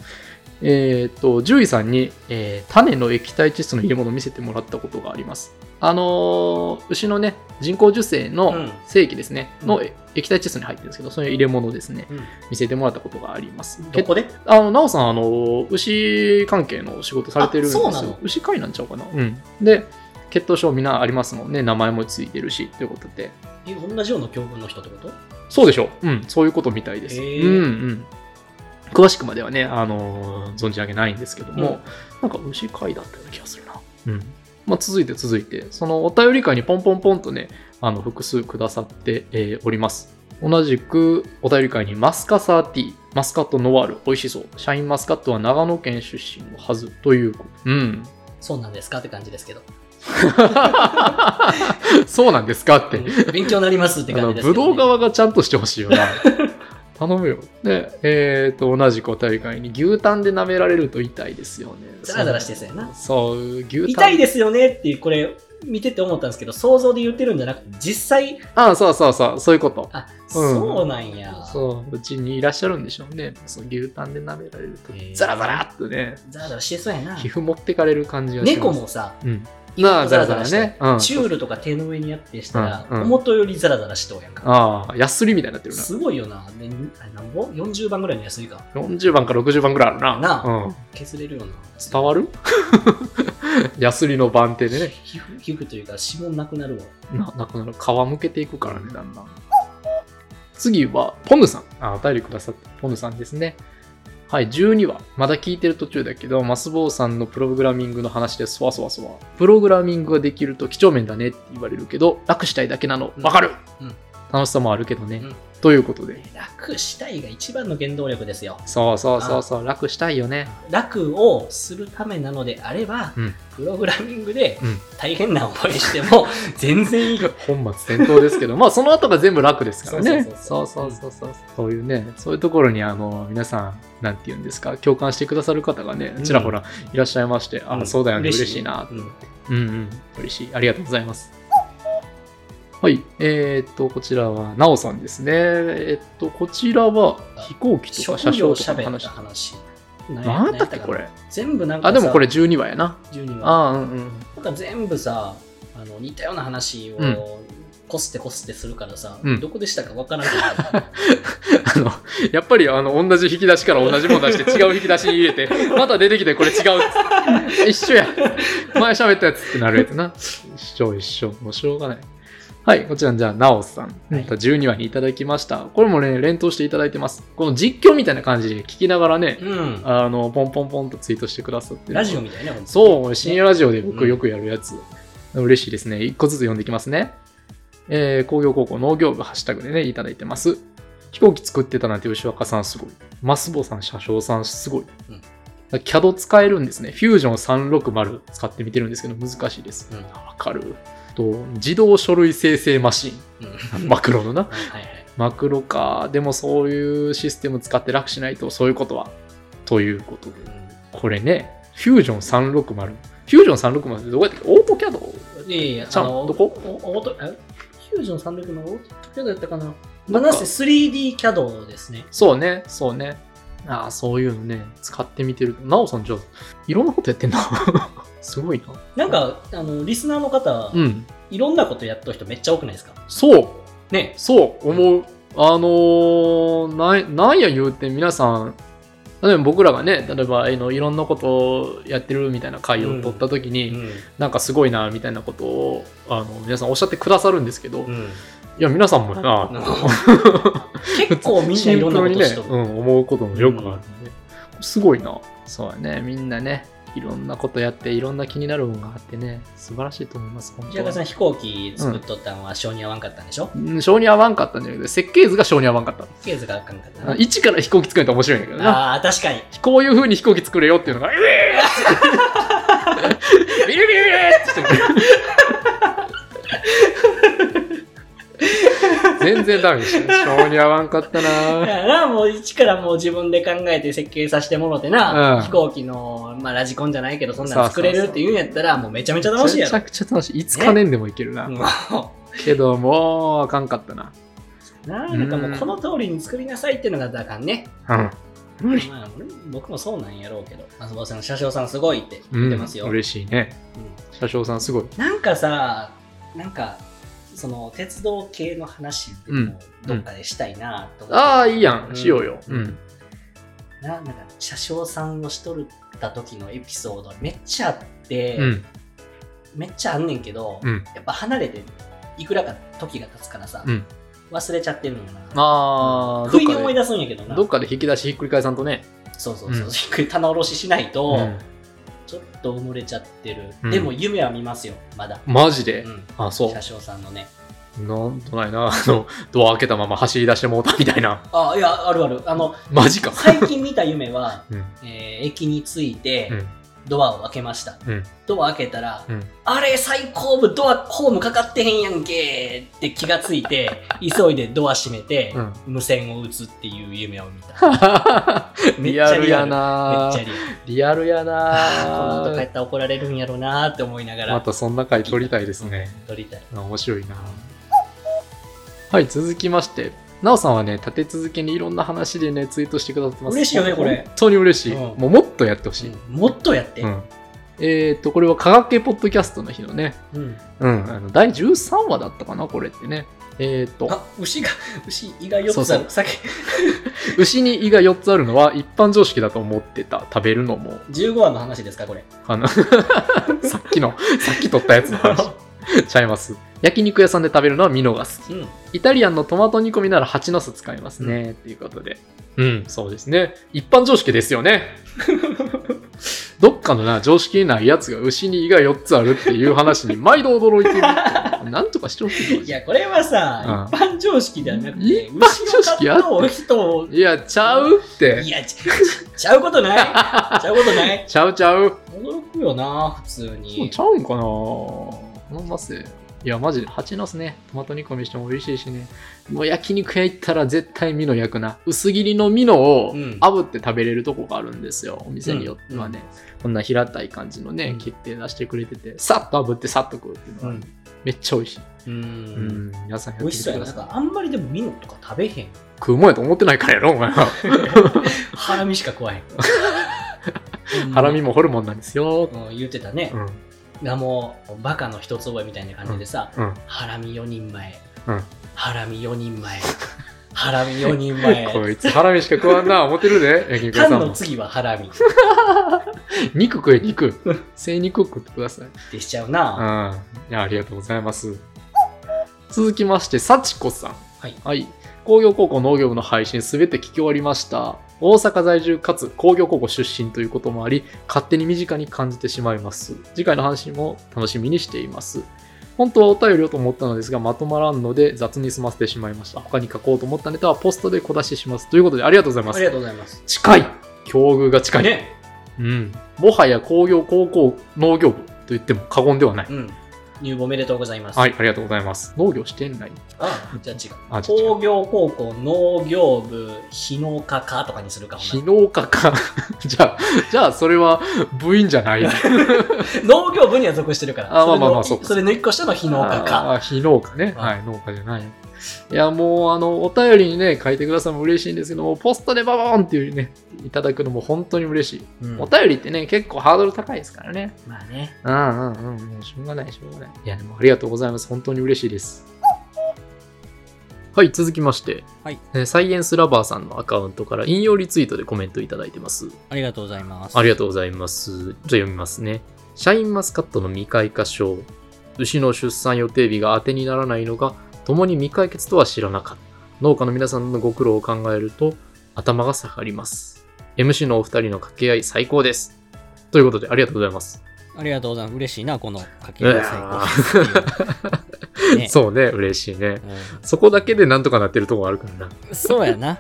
Speaker 3: えーっと、獣医さんに、えー種の液体窒素の入れ物を見せてもらったことがあります。あのー牛のね、人工授精
Speaker 2: う
Speaker 3: の
Speaker 2: ん
Speaker 3: 精液ですね、
Speaker 2: う
Speaker 3: の
Speaker 2: ん
Speaker 3: え液体窒素に入ってるんですけど、そういう入れ物ですね、見せてもらったことがあります。
Speaker 2: どこで
Speaker 3: あの、なおさん、あの、牛関係の仕事されてるんです
Speaker 2: あそうな
Speaker 3: よ
Speaker 2: の。
Speaker 3: 牛飼いなんちゃうかな。うん。で、血糖症みんなありますもんね。名前もついてるし、ということで。
Speaker 2: え同じような境遇の人ってこと
Speaker 3: そうでしょう。うん、そういうことみたいです。
Speaker 2: へ
Speaker 3: うん
Speaker 2: ー
Speaker 3: うん。詳しくまではね、あのー存じ上げないんですけども、なんか牛飼いだったような気がするな。うん。まあ、続いて続いて、そのお便り会にポンポンポンとね、あの、複数くださって、えーおります。同じくお便り会にマスカサーティー、マスカットノワール、美味しそう。シャインマスカットは長野県出身のはずということ。うん。 <laughs>
Speaker 2: そうなんですかって感じですけど。
Speaker 3: そうなんですかって。
Speaker 2: 勉強になりますって
Speaker 3: あ
Speaker 2: 感
Speaker 3: の
Speaker 2: じですけ
Speaker 3: 武
Speaker 2: ど、
Speaker 3: 道
Speaker 2: ね。
Speaker 3: 側がちゃんとしてほしいよな
Speaker 2: <laughs>
Speaker 3: 頼むよでえー、と同じくお便り会に牛タンで舐められると痛いですよね
Speaker 2: ザラザラしてそうやな。
Speaker 3: そう牛タン
Speaker 2: 痛いですよねって、これ、見てて思ったんですけど、想像で言ってるんじゃなくて、実際、
Speaker 3: あそうそうそうそういうこと
Speaker 2: あ、そうなんや。
Speaker 3: そううちにいらっしゃるんでしょうねそう牛タンで舐められると
Speaker 2: へー
Speaker 3: ザラザラっとね
Speaker 2: ザラザラしてそうやな
Speaker 3: 皮。膚持ってかれる感じがします
Speaker 2: 猫もさ、
Speaker 3: うんなあザラザラ
Speaker 2: して
Speaker 3: ね、うん、
Speaker 2: チュールとか手の上にやってしたら、
Speaker 3: うんうん
Speaker 2: 表よりザラザラしとうやんか。
Speaker 3: ああヤスリみたいになってるな
Speaker 2: すごいよな。であれなんぼ ?40 番ぐらいの安いか。
Speaker 3: 40番か60番ぐらいあるな
Speaker 2: なあ
Speaker 3: うん、
Speaker 2: 削れるような。
Speaker 3: 伝わる <laughs> ヤスリの番手でね
Speaker 2: 皮膚皮膚というか指紋なくなるわ。
Speaker 3: ななくなる皮むけていくからねだんだん次はポヌさんあお便りくださったポヌさんですねはい12話まだ聞いてる途中だけどマスボウさんのプログラミングの話でそわそわそわプログラミングができると几帳面だねって言われるけど楽したいだけなの
Speaker 2: うん
Speaker 3: わかる、
Speaker 2: うん
Speaker 3: 楽しさもあるけどね、
Speaker 2: うん
Speaker 3: ということで
Speaker 2: 楽したいが一番の原動力ですよ。
Speaker 3: そうそうそうそう楽したいよね
Speaker 2: 楽をするためなのであれば、
Speaker 3: うん
Speaker 2: プログラミングで
Speaker 3: うん
Speaker 2: 大変な思いして
Speaker 3: <laughs>
Speaker 2: も全然いいよ。
Speaker 3: 本末転倒ですけどまあその後が全部楽ですからね
Speaker 2: そ
Speaker 3: そうう
Speaker 2: そ
Speaker 3: そうう
Speaker 2: そ
Speaker 3: そうそうそういうねそういうところにあの皆さんなんて言うんですか共感してくださる方がね
Speaker 2: うん
Speaker 3: ちらほらいらっしゃいまして、
Speaker 2: ん
Speaker 3: あそうだよね嬉しいな
Speaker 2: うん
Speaker 3: うんうん嬉しいありがとうございますはいえー、っとこちらはなおさんですねえっとこちらは飛行機とか車
Speaker 2: 職業
Speaker 3: 掌
Speaker 2: を
Speaker 3: とか
Speaker 2: 喋
Speaker 3: の
Speaker 2: った
Speaker 3: 話
Speaker 2: 話。
Speaker 3: 何だったっけこれ
Speaker 2: 全部なんか
Speaker 3: あでもこれ
Speaker 2: さ
Speaker 3: 12話やな
Speaker 2: 12話
Speaker 3: あーうんうん
Speaker 2: なんか全部さあの似たような話
Speaker 3: うん
Speaker 2: をこすってこすってするからさ、
Speaker 3: うん
Speaker 2: どこでしたかわからなくなる
Speaker 3: あの、やっぱりあの、同じ引き出しから同じもの出して違う引き出しに入れ
Speaker 2: <laughs>
Speaker 3: て、また出てきてこれ違うっつって。一緒や。前喋ったやつってなるやつな。一緒一緒。もうしょうがない。はい、こちらじゃあ、なおさん。
Speaker 2: はい
Speaker 3: 12話にいただきました。これもね、連投していただいてます。この実況みたいな感じで聞きながら <laughs> ね、
Speaker 2: うん
Speaker 3: あの、ポンポンポンとツイートしてくださってる。
Speaker 2: ラジオみたいなほんと
Speaker 3: そう、深夜ラジオで僕よくやるやつ。嬉しいですね。一個ずつ読んでいきますね。えー工業高校農業部ハッシュタグでね、いただいてます。飛行機作ってたなんて牛若さんすごい。マスボさん、車掌さんすごい。
Speaker 2: うん
Speaker 3: キャド使えるんですね。フュージョン360使ってみてるんですけど、難しいです。
Speaker 2: うん
Speaker 3: わかる。と、自動書類生成マシ
Speaker 2: う
Speaker 3: ン。
Speaker 2: ん
Speaker 3: マクロのな。
Speaker 2: はいはいはい
Speaker 3: マクロか。でもそういうシステム使って楽しないと、そういうことは。ということで。これね、フュージョン360。フュージョン360ってどこやったっけオートキャド
Speaker 2: うんいやいや
Speaker 3: ちゃん
Speaker 2: あの
Speaker 3: どこ
Speaker 2: おおおとえフュージョン360のオートキャドやったかなまあなんせ 3D キャドですね
Speaker 3: そうね、そうね。ああ、そういうのね、使ってみてる。なおさん、じゃあ、いろんなことやってん
Speaker 2: <laughs>
Speaker 3: な。すごいな。
Speaker 2: なんかあのリスナーの方、
Speaker 3: うん。
Speaker 2: いろんなことやっとる人めっちゃ多くないですか
Speaker 3: そう、
Speaker 2: ね
Speaker 3: そう、思う。あのー、ななんや言うて、皆さん、例えば僕らがね、例えばあのいろんなことをやってるみたいな回を取った時に、
Speaker 2: ん
Speaker 3: なんかすごいな、みたいなことをあの皆さんおっしゃってくださるんですけど、
Speaker 2: う
Speaker 3: い
Speaker 2: ん
Speaker 3: や、皆さんもやな、
Speaker 2: 結構みんないろんなことしと
Speaker 3: シン
Speaker 2: る、
Speaker 3: プルにねうん、思うこともよくあるんで、すごいなそうやねみんなねいろんなことやっていろんな気になるものがあってね素晴らしいと思います本
Speaker 2: 平
Speaker 3: 当
Speaker 2: 川さん
Speaker 3: に
Speaker 2: 飛行機作っとったんは性に合わんかったんでしょ
Speaker 3: うん性に合わんかったんじゃなくて設計図が性に合わんかった
Speaker 2: ケースがあかんかった
Speaker 3: あ一から飛行機作ると面白いんだけどな
Speaker 2: なあー確かに
Speaker 3: こういう風に飛行機作れよっていうのが「うえー!」ビリビリビリってしてくる全然ダメでした性に合わんかったな
Speaker 2: だからもう一からもう自分で考えて設計させてもろてな、
Speaker 3: うん
Speaker 2: 飛行機の、まあ、ラジコンじゃないけどそんなの作れるって言うんやったらもうめちゃめちゃ楽しい
Speaker 3: め
Speaker 2: や
Speaker 3: ちゃ
Speaker 2: ろ
Speaker 3: くちゃ楽しい。いつかねんでもいけるな。
Speaker 2: もう
Speaker 3: けど、もう、あかんかったな。
Speaker 2: <laughs> なあなんかもうこの通りに作りなさいっていうのがだからね、
Speaker 3: うん。無理。
Speaker 2: まあ、僕もそうなんやろうけど松本さん車掌さんすごいって言ってますよ、
Speaker 3: 嬉しいね。
Speaker 2: うん
Speaker 3: 車掌さん、すごい。
Speaker 2: なんかさ、なんか、その鉄道系の話でも
Speaker 3: うん
Speaker 2: どっかでしたいなと思って、
Speaker 3: ああ、いいやん。しようよ。うん。
Speaker 2: ななんか車掌さんをしとるった時のエピソードめっちゃあって、
Speaker 3: うん。
Speaker 2: めっちゃあんねんけど、
Speaker 3: うん。
Speaker 2: やっぱ離れていくらか時が経つからさ、
Speaker 3: うん
Speaker 2: 忘れちゃってるのよな。
Speaker 3: ああ、
Speaker 2: 不意に思い
Speaker 3: どっ
Speaker 2: 出すんやけど
Speaker 3: かで
Speaker 2: な。
Speaker 3: どっかで引き出しひっくり返さんとね。
Speaker 2: そうそうそうう。
Speaker 3: ん
Speaker 2: ひっくり <laughs> 棚卸ししないと、
Speaker 3: うん
Speaker 2: ちょっと埋もれちゃってる。
Speaker 3: うん
Speaker 2: でも夢は見ますよ、まだ。
Speaker 3: マジで、
Speaker 2: うん。
Speaker 3: あ、そ
Speaker 2: 車掌さんのね。
Speaker 3: う。なんとない <laughs> な。あの、ドア開けたまま走り出してもうたみたいな。
Speaker 2: あ、いや、あるある。あの、
Speaker 3: <laughs> マジか。
Speaker 2: 最近見た夢は、
Speaker 3: <laughs> うん。
Speaker 2: えー駅に着いて、
Speaker 3: うん。
Speaker 2: ドアを開けました。
Speaker 3: うん
Speaker 2: ドア開けたら、
Speaker 3: うん
Speaker 2: あれ、最後部、ドア、ホームかかってへんやんけーって気がついて、急いでドア閉めて、
Speaker 3: うん。
Speaker 2: 無線を打つっていう夢を見た。め
Speaker 3: <laughs>
Speaker 2: っち
Speaker 3: リ
Speaker 2: ゃ
Speaker 3: ア
Speaker 2: リアル
Speaker 3: ルや
Speaker 2: め
Speaker 3: な
Speaker 2: っちゃリア
Speaker 3: <laughs>
Speaker 2: ル。
Speaker 3: リアルや
Speaker 2: <laughs> あーこの後帰
Speaker 3: な
Speaker 2: ったら怒られるんやろうなーって思いながら。
Speaker 3: またそんな回撮りたいですね。
Speaker 2: うん。撮りたい。
Speaker 3: 面白いなはい続きましてなおさんはね立て続けにいろんな話でねツイートしてくださってます
Speaker 2: 嬉しいよねこれ
Speaker 3: 本当に嬉しい、
Speaker 2: うん
Speaker 3: もうもっとやってほしい、
Speaker 2: うんもっとやって。
Speaker 3: うんえっ、とこれは科学系ポッドキャストの日のね、
Speaker 2: うん
Speaker 3: うん、あの第13話だったかなこれってねえっ、と
Speaker 2: あ、牛が、 <laughs> 牛、胃が4
Speaker 3: そう
Speaker 2: つ
Speaker 3: そ
Speaker 2: あ
Speaker 3: う
Speaker 2: る。さっき、
Speaker 3: 牛に胃が4つあるのは一般常識だと思ってた食べるのも
Speaker 2: 15話の話ですか、これ。
Speaker 3: あの <laughs> さっきのさっき取ったやつの
Speaker 2: <laughs>
Speaker 3: 話ちゃいます焼肉屋さんで食べるのはミノが好き
Speaker 2: うん。
Speaker 3: イタリアンのトマト煮込みなら蜂の巣使いますね、っていうことで。うん、そうですね。一般常識ですよ <laughs> ね。どっかのな、常識ないやつが牛に胃が4つあるっていう話に毎度驚い <laughs> てるっていう。なんとかしてほしいよ
Speaker 2: いや、これはさ、
Speaker 3: う
Speaker 2: 一般常識ではなくて、
Speaker 3: 一般常識
Speaker 2: 牛を飼った人を
Speaker 3: いや、ちゃうって
Speaker 2: い。や、ちちゃうことない。ちゃうことない。
Speaker 3: ちゃうちゃう。
Speaker 2: 驚くよな、普通
Speaker 3: そう
Speaker 2: に
Speaker 3: ち。ゃうんかな頼んますいや、マジで蜂の巣ね。トマト煮込みしても美味しいしね。もう焼肉屋行ったら絶対ミノ焼くな。薄切りのミノを
Speaker 2: うん
Speaker 3: 炙って食べれるとこがあるんですよ。お店によってはね。こんな平たい感じのね、
Speaker 2: うん
Speaker 3: 切って出してくれてて、さっと炙ってさっと食うっていうの
Speaker 2: う
Speaker 3: は、
Speaker 2: ん。
Speaker 3: めっちゃ美味しい。
Speaker 2: う。
Speaker 3: うんん、皆さんやって
Speaker 2: 美味
Speaker 3: み
Speaker 2: してそう
Speaker 3: く
Speaker 2: や
Speaker 3: だ
Speaker 2: な。なん
Speaker 3: さい。
Speaker 2: かあんまりでもミノとか食べへん。
Speaker 3: 食うもんやと思ってないからやろ、お前は。
Speaker 2: ハラミしか食わへん。う
Speaker 3: <laughs>
Speaker 2: ん
Speaker 3: ハラミもホルモンなんですよ。
Speaker 2: うん言ってたね
Speaker 3: う。ん、
Speaker 2: がもう、バカの一つ覚えみたいな感じでさ、
Speaker 3: うん。
Speaker 2: ハラミ4人前
Speaker 3: うん。
Speaker 2: ハラミ4人前。ハラミ4人
Speaker 3: <laughs>
Speaker 2: 前。
Speaker 3: こいつ、ハラミしか食わんな、思ってるで、焼肉
Speaker 2: タ
Speaker 3: 屋
Speaker 2: ン
Speaker 3: さん
Speaker 2: の
Speaker 3: も。
Speaker 2: 次はハラミっ
Speaker 3: 肉食え、肉。生肉食ってください。
Speaker 2: てしちゃうな。
Speaker 3: うん、いやありがとうございます続きまして幸子さん
Speaker 2: はい
Speaker 3: 工業高校農業部の配信すべて聞き終わりました大阪在住かつ工業高校出身ということもあり勝手に身近に感じてしまいます次回の配信も楽しみにしています本当はお便りをと思ったのですがまとまらんので雑に済ませてしまいました他に書こうと思ったネタはポストで小出ししますということでありがとうございま
Speaker 2: ありが
Speaker 3: す
Speaker 2: とうございます。
Speaker 3: 近い境遇が近い、
Speaker 2: ね。
Speaker 3: うん、もはや工業高校農業部と言っても過言ではない
Speaker 2: うん。入部おめでとうございます。
Speaker 3: はい、ありがとうございます。農業してんない
Speaker 2: あじゃあ違う。
Speaker 3: あ、ちょっ
Speaker 2: 工業高校農業部非農家科とかにするか
Speaker 3: と。
Speaker 2: も
Speaker 3: 非農家か。 <laughs> じゃあ、じゃあ、それは部員じゃ <laughs> ない。
Speaker 2: 農業部には属してるから
Speaker 3: あまあまあまあそ
Speaker 2: それ
Speaker 3: う
Speaker 2: の
Speaker 3: か
Speaker 2: それの一個下の非農家科
Speaker 3: あ。あ非農家ね。
Speaker 2: は
Speaker 3: はいい、農家じゃない。いや、もう、あの、お便りにね、書いてくださるのも嬉しいんですけども、ポストでババーンっていうね、いただくのも本当に嬉しい。
Speaker 2: うん
Speaker 3: お便りってね、結構ハードル高いですからね。
Speaker 2: まあね
Speaker 3: うんうんうん、もうしょうがない、しょうがない。いや、でもありがとうございます。本当に嬉しいです。はい、続きまして、
Speaker 2: はい
Speaker 3: えーサイエンスラバーさんのアカウントから引用リツイートでコメントいただいてます。
Speaker 2: ありがとうございます
Speaker 3: ありがとうございます。ちょっと読みますね。シャインマスカットの未開花症。牛の出産予定日が当てにならないのが、共に未解決とは知らなかった。農家の皆さんのご苦労を考えると、頭が下がります。MC のお二人の掛け合い最高です。ということで、ありがとうございます。
Speaker 2: ありがとうございます嬉しいなこの掛
Speaker 3: け合い最高
Speaker 2: 高
Speaker 3: <laughs> そうね、嬉しいね。そこだけでなんとかなってるとこあるからな。
Speaker 4: そうや
Speaker 3: <laughs>
Speaker 4: な。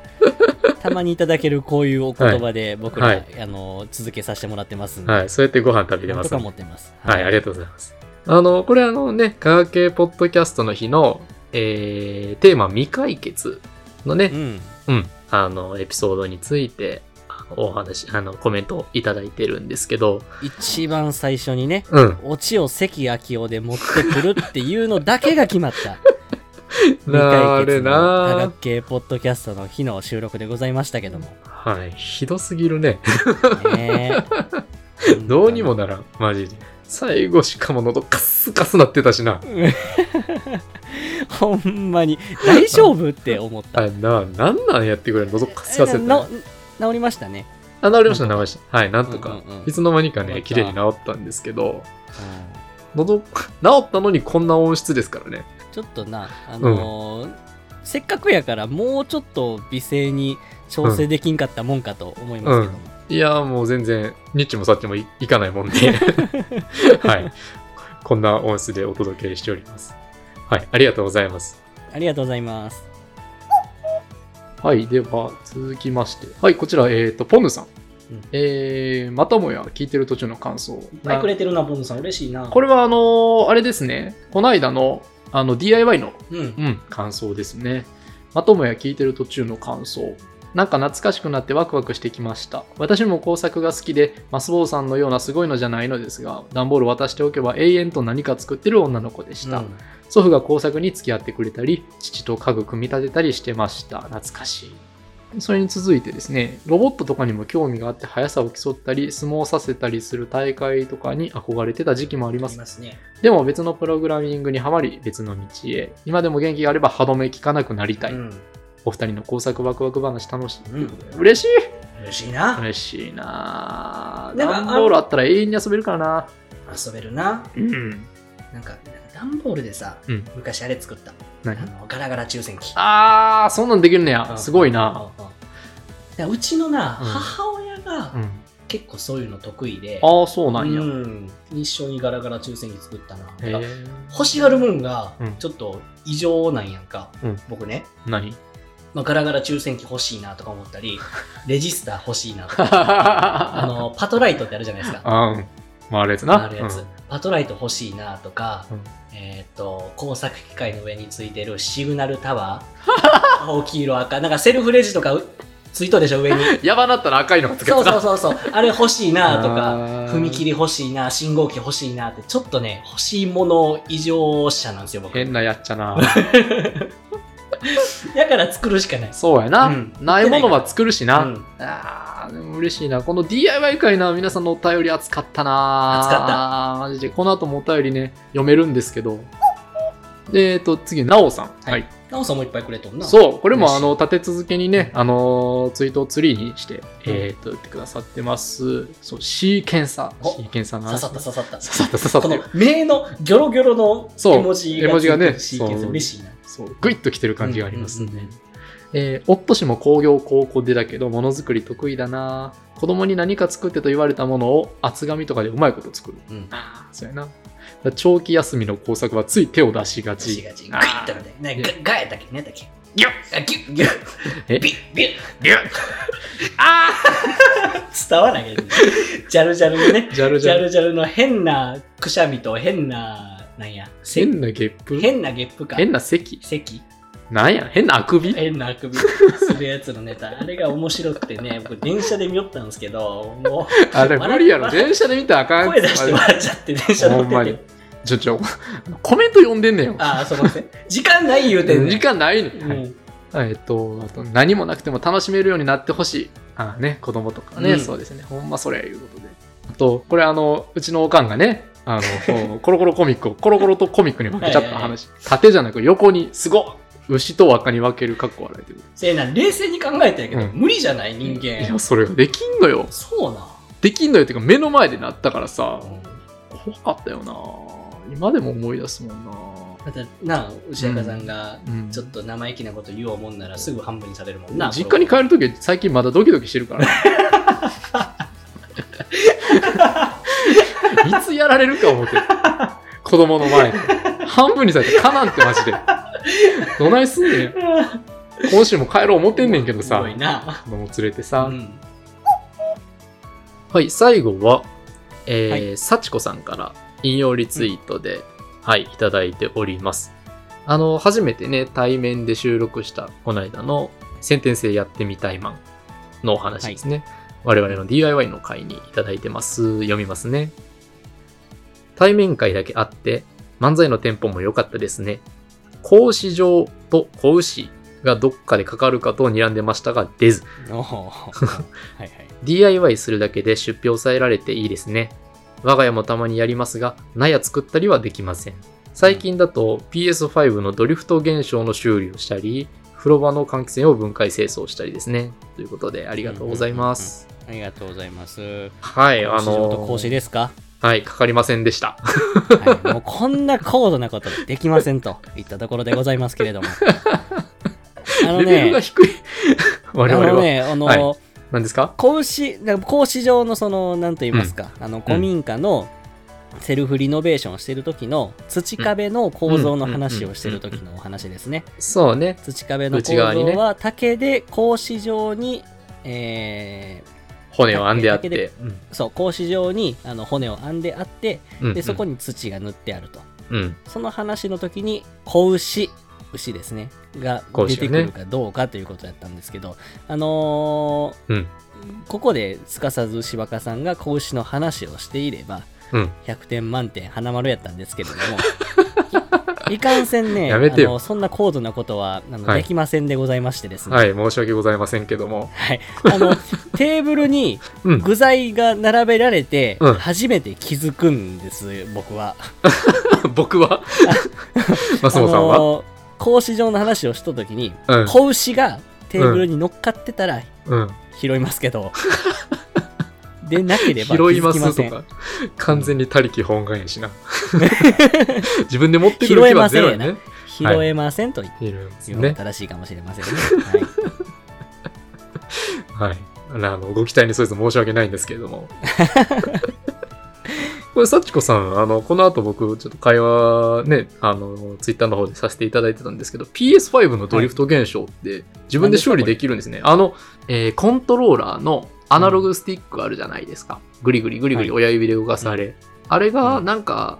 Speaker 4: たまにいただけるこういうお言葉で僕ら、
Speaker 3: はい
Speaker 4: あの続けさせてもらってますんで、
Speaker 3: はい、そうやってご飯食べて
Speaker 4: な
Speaker 3: ま
Speaker 4: んと
Speaker 3: す
Speaker 4: か
Speaker 3: ね、
Speaker 4: 持ってます。
Speaker 3: はい、ありがとうございます。あの、これあのね、科学系ポッドキャストの日の、えーテーマ未解決のね、
Speaker 4: うん、
Speaker 3: うん、あの、エピソードについて、あのお話、あの、コメントをいただいてるんですけど、
Speaker 4: 一番最初にね、
Speaker 3: うん。
Speaker 4: オチを関明夫で持ってくるっていうのだけが決ま
Speaker 3: <laughs>
Speaker 4: った。未
Speaker 3: な
Speaker 4: 解
Speaker 3: る
Speaker 4: 決の科
Speaker 3: な
Speaker 4: 学系ポッドキャストの日の収録でございましたけ
Speaker 3: <laughs>
Speaker 4: ども。
Speaker 3: はい、ひどすぎるね。
Speaker 4: ねえ
Speaker 3: <laughs> どうにもならん、マジで。最後しかも喉カスカスなってたしな。
Speaker 4: ほんまに大丈夫って思った。
Speaker 3: あな、なんなんやってくれ、喉カスカスやった
Speaker 4: な
Speaker 3: よ。
Speaker 4: 治りましたね。
Speaker 3: あ、治りました、治りました。はい、なんとか。
Speaker 4: うんうんうん
Speaker 3: いつの間にか
Speaker 4: 治
Speaker 3: ね、
Speaker 4: った
Speaker 3: 綺麗に治ったんですけど、喉、治ったのにこんな音質ですからね。
Speaker 4: ちょっとな、あのーせっかくやからもうちょっと美声に調整できんかったもんかと思いますけども、
Speaker 3: いやーもう全然、ニッチもサッチもいいかないも <laughs> んで、はい。こんな音質でお届けしております。はい、ありがとうございます。
Speaker 4: ありがとうございます
Speaker 3: はい、では続きまして、はい、こちら、えっ、と、ポヌさん。
Speaker 4: うん
Speaker 3: えー、またもや聞いてる途中の感想。
Speaker 2: ぱいくれてるな、ポンドさん、嬉しいな。
Speaker 3: これは、あのーあれですね、この間の、あの、DIY の
Speaker 2: うん
Speaker 3: う。ん、感想ですね。まともや聞いてる途中の感想。なんか懐かしくなってワクワクしてきました。私も工作が好きで、マスボウさんのようなすごいのじゃないのですが、段ボール渡しておけば永遠と何か作ってる女の子でした。
Speaker 2: うん
Speaker 3: 祖父が工作に付き合ってくれたり、父と家具組み立てたりしてました。懐かしい。それに続いてですね、ロボットとかにも興味があって速さを競ったり、相撲させたりする大会とかに憧れてた時期もありま
Speaker 2: あり
Speaker 3: す。
Speaker 2: ますね。
Speaker 3: でも別のプログラミングにはまり別の道へ今でも元気があれば歯止め聞かなくなりたい、
Speaker 2: うん。
Speaker 3: お二人の工作ワクワク話楽しい、
Speaker 2: うん
Speaker 3: 嬉しい
Speaker 2: 嬉しいな。
Speaker 3: 嬉しいなぁ
Speaker 2: なんか
Speaker 3: 段ボールあったら永遠に遊べるからな
Speaker 2: 遊べるな。
Speaker 3: うん
Speaker 2: なんか、段ボールでさ
Speaker 3: うん、
Speaker 2: 昔あれ作った。あ
Speaker 3: 何
Speaker 2: のガラガラ抽選機。
Speaker 3: あーそんなんできるのやすごいな
Speaker 2: うん。うんだからうちのな、
Speaker 3: うん
Speaker 2: 母親
Speaker 3: う
Speaker 2: が
Speaker 3: ん
Speaker 2: 結構そういうの得意で、
Speaker 3: ああそうなんや、
Speaker 2: うん一緒にガラガラ抽選機作ったな。
Speaker 3: へ
Speaker 2: なんか
Speaker 3: え
Speaker 2: 欲しがるもんが
Speaker 3: うん
Speaker 2: ちょっと異常なんやんか、
Speaker 3: うん
Speaker 2: 僕ね、
Speaker 3: 何
Speaker 2: まあ、ガラガラ抽選機欲しいなとか思っ
Speaker 3: <laughs>
Speaker 2: たりレジスター欲しいなとかあ
Speaker 3: あ <laughs>
Speaker 2: のパトライトってあるじゃないですか
Speaker 3: のうん回るやつな
Speaker 2: あるやつ、パトライト欲しいなとか、
Speaker 3: うん
Speaker 2: えーっと工作機械の上についてるシグナルタワ
Speaker 3: <laughs>
Speaker 2: ー青黄色赤なんかセルフレジとかうついとるでしょ上に
Speaker 3: うんやばなったら赤い <laughs> のがつけ
Speaker 2: そう
Speaker 3: て
Speaker 2: そうそうそうあれ欲しいなとか
Speaker 3: か
Speaker 2: 踏切欲しいな信号機欲しいなってちょっとね欲しいもの異常者なんですよ僕
Speaker 3: 変なやっちゃな
Speaker 2: だから作るしかないです
Speaker 3: そうやな、
Speaker 2: うん
Speaker 3: ないものは作るしな、
Speaker 2: うん
Speaker 3: あーでも嬉しいな。この DIY 会な、皆さんのお便り熱かったな。
Speaker 2: 熱かった
Speaker 3: た。マジで。この後もお便りね、読めるんですけど。でえっと、次、なおさん。
Speaker 2: はいなおさんもいっぱいくれとんな
Speaker 3: そう、これも
Speaker 2: 嬉しい
Speaker 3: あの立て続けにね、あのツイートをツリーにして、えっと、言ってくださってます。そう、C 検査。
Speaker 2: お
Speaker 3: C 検査の
Speaker 2: 刺
Speaker 3: 話
Speaker 2: さった刺さった
Speaker 3: 刺さった、刺さった
Speaker 2: この目のギョロギョロの
Speaker 3: そう
Speaker 2: 絵文字
Speaker 3: 絵文字がね
Speaker 2: シーケンス
Speaker 3: そう
Speaker 2: 嬉しいな
Speaker 3: そう、グイッときてる感じがありますね。
Speaker 2: うんうんうん
Speaker 3: えー、夫氏も工業高校でだけど、ものづくり得意だな。子供に何か作ってと言われたものを厚紙とかでうまいこと作る。
Speaker 2: うん
Speaker 3: ああ、そうやな。だから長期休みの工作はつい手を出しが
Speaker 2: 私
Speaker 3: ち。
Speaker 2: がち
Speaker 3: あ
Speaker 2: ガ
Speaker 3: ー
Speaker 2: イッとなってね
Speaker 3: ね
Speaker 2: ガガやったっけねだっけ
Speaker 3: ギュッ
Speaker 2: あギュッギュッ
Speaker 3: え
Speaker 2: ビュッビュッ
Speaker 3: ギュッ <laughs> あ
Speaker 2: 伝わらないけどジャルジャルのね
Speaker 3: あジャル <laughs> ジ
Speaker 2: ジ
Speaker 3: ャ
Speaker 2: ャ
Speaker 3: ル。
Speaker 2: ルジャルの変なくしゃみと変ななんやせ
Speaker 3: 変なゲップ
Speaker 2: 変なゲップか
Speaker 3: 変な咳
Speaker 2: 咳
Speaker 3: なんや変なあくび
Speaker 2: 変なあくびするやつのネタあれが面白くてね僕電車で見よったんですけどもう
Speaker 3: あれ無理やろ。
Speaker 2: 笑っ
Speaker 3: 電車で見たらあかん。
Speaker 2: 声出して笑っちゃって電車乗
Speaker 3: ほんま
Speaker 2: って
Speaker 3: に
Speaker 2: て。
Speaker 3: ちょち <laughs> ょ、コメント読んでんねんよ。
Speaker 2: ああすいません時間ない言うてんねん
Speaker 3: 時間ないねん。
Speaker 2: う
Speaker 3: はい
Speaker 2: ん
Speaker 3: えっと、あと何もなくても楽しめるようになってほしい。ああね、子供とかね、
Speaker 2: うん
Speaker 3: そうですね。ほんまそれいうことで。あと、これあの、うちのおかんがね、あの、 <laughs> コロコロコミックをコロコロとコミックに分けちゃった
Speaker 2: はいはいは
Speaker 3: 話。縦じゃなく横に、すごっ牛と若に分けるかっこ笑いというこ
Speaker 2: せやな冷静に考えたんやけど、
Speaker 3: うん
Speaker 2: 無理じゃない人
Speaker 3: とい
Speaker 2: 間
Speaker 3: や、それができんのよ。
Speaker 2: そうな
Speaker 3: できんのよっていうか、目の前でなったからさ、
Speaker 2: ん
Speaker 3: 怖かったよな今でも思い出すもんな
Speaker 2: またなあ牛若さんが
Speaker 3: うん
Speaker 2: ちょっと生意気なこと言おうもんならすぐ半分にされるもんな、
Speaker 3: 実家に帰るとき最近まだドキドキしてる
Speaker 2: <laughs>
Speaker 3: からいつやられるか思って子供の前で半分にされてかなんってマジでどないすんねん今週も帰ろう思ってんねんけど
Speaker 2: す
Speaker 3: さ
Speaker 2: ごいな、
Speaker 3: 子供連れて
Speaker 2: う
Speaker 3: さ、
Speaker 2: ん、
Speaker 3: はい最後はえー
Speaker 4: は
Speaker 3: 幸子さんから引用リツイートで、はいいただいておりますあの初めてね対面で収録したこの間の「先天性やってみたいマン」のお話ですね、我々の DIY の会にいただいてます読みますね対面会だけあって漫才のテンポも良かったですね格子状と子牛がどっかでかかるかと睨んでましたが出ず
Speaker 2: <laughs>
Speaker 4: おーはいはい
Speaker 3: DIY するだけで出費を抑えられていいですね。我が家もたまにやりますが、納屋作ったりはできません。最近だと PS5 のドリフト現象の修理をしたり、風呂場の換気扇を分解清掃したりですね。ということで、ありがとうございます。
Speaker 4: ありがとうございます
Speaker 3: はい、あ
Speaker 4: 講師上と
Speaker 3: の
Speaker 4: 講師ですか、
Speaker 3: はい、かかりませんでした。 <laughs>
Speaker 4: はい、もうこんな高度なことできませんといったところでございますけれども
Speaker 2: あの
Speaker 3: レベルが
Speaker 2: ね、
Speaker 3: 低い。我
Speaker 2: <laughs> あ
Speaker 3: 々
Speaker 2: の
Speaker 3: は。
Speaker 2: ね、あの、
Speaker 3: はい何ですか
Speaker 2: 格子、なんか格子状のその、なんと言いますか、あの、古民家のセルフリノベーションしてる時の土壁の構造の話をしてる時のお話ですね。
Speaker 3: そうね。
Speaker 2: 土壁の構
Speaker 3: 内側にね
Speaker 2: 造は竹で格子状に、え
Speaker 3: 骨を編んであっ
Speaker 2: だけ
Speaker 3: て。うん
Speaker 2: ーそう、格子状にあの骨を編んであって、
Speaker 3: うん
Speaker 2: で、そこに土が塗ってあると。
Speaker 3: うん。
Speaker 2: その話の時に、子牛、牛ですね、が
Speaker 3: 子
Speaker 2: 出
Speaker 3: 牛
Speaker 2: て
Speaker 3: ね
Speaker 2: くるかどうかということだったんですけど、あのー
Speaker 3: うん
Speaker 2: ここですかさず柴岡さんが子牛の話をしていれば、
Speaker 3: うん
Speaker 2: 100点満点、花丸やったんですけれど
Speaker 3: <laughs>
Speaker 2: も、いいかんせんね、
Speaker 3: やめてよ
Speaker 2: あのそんな高度なことはあの、
Speaker 3: はい
Speaker 2: できませんでございましてですね、
Speaker 3: はい、申し訳ございませんけども。
Speaker 2: はい
Speaker 3: <laughs>
Speaker 2: あのテーブルに
Speaker 3: うん。
Speaker 2: 具材が並べられて、
Speaker 3: うん
Speaker 2: 初めて気づくんです、僕は。
Speaker 3: <laughs> 僕は <laughs> マスモさんは、
Speaker 2: のー格子状の話をした時に、
Speaker 3: うん
Speaker 2: 子牛がテーブルに乗っかってたら
Speaker 3: うん。
Speaker 2: 拾いますけど、でなければ気
Speaker 3: 拾い
Speaker 2: づ
Speaker 3: ま
Speaker 2: きますせ
Speaker 3: とか、
Speaker 2: ん
Speaker 3: 完全に他力本願やしな。 <laughs> 自分で持ってくる
Speaker 2: 拾え
Speaker 3: 気
Speaker 2: ま
Speaker 3: はゼ
Speaker 2: せん
Speaker 3: ロ
Speaker 2: や
Speaker 3: や
Speaker 2: な
Speaker 3: ね。
Speaker 2: 拾えませんと言って
Speaker 3: いるんです
Speaker 2: いうのが
Speaker 3: ね。
Speaker 2: 正しいかもしれませんね。はい
Speaker 3: はい。あの、ご期待に添えず申し訳ないんですけれども。 <laughs> これ、幸子さん、あの、この後僕、ちょっと会話ね、あの、ツイッターの方でさせていただいてたんですけど、PS5 のドリフト現象って、自分で修理できるんですね。あの、えーコントローラーのアナログスティックあるじゃないですか。グリグリグリグリ親指で動かすあれ。あれが、なんか、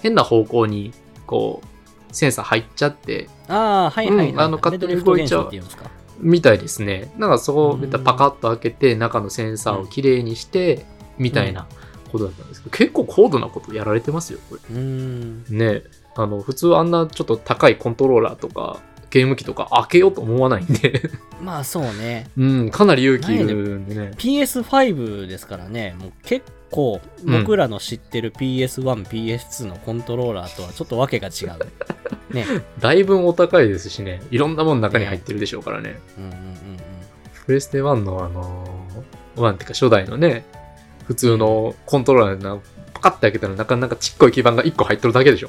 Speaker 3: 変な方向に、こう、センサー入っちゃって、
Speaker 2: ああ、はいはい、はい
Speaker 3: うんあの勝手に動いちゃう
Speaker 2: レッドリフト現象って言うんですか。
Speaker 3: みたいですね。なんかそこを
Speaker 2: うん
Speaker 3: またパカッと開けて、中のセンサーをきれいにして、みたいなことだったんですけど、結構高度なことやられてますよ、これ。
Speaker 2: うーん。
Speaker 3: ねあの、普通あんなちょっと高いコントローラーとか、ゲーム機とか開けようと思わないんで、
Speaker 2: まあそうね。
Speaker 3: うん、 <laughs> かなり勇気いるんでね。
Speaker 2: PS5 ですからね、もう結構
Speaker 3: うん
Speaker 2: 僕らの知ってる PS1、PS2 のコントローラーとはちょっとわけが違う。
Speaker 3: <laughs>
Speaker 2: ね。
Speaker 3: だいぶんお高いですしね、いろんなもの中に入ってるでしょうからね。
Speaker 2: うんうんうんうん。
Speaker 3: プレステ1のあのー、1っていうか初代のね、普通のコントローラーな、パカッて開けたらなかなかちっこい基板が1個入ってるだけでし <laughs> ょ。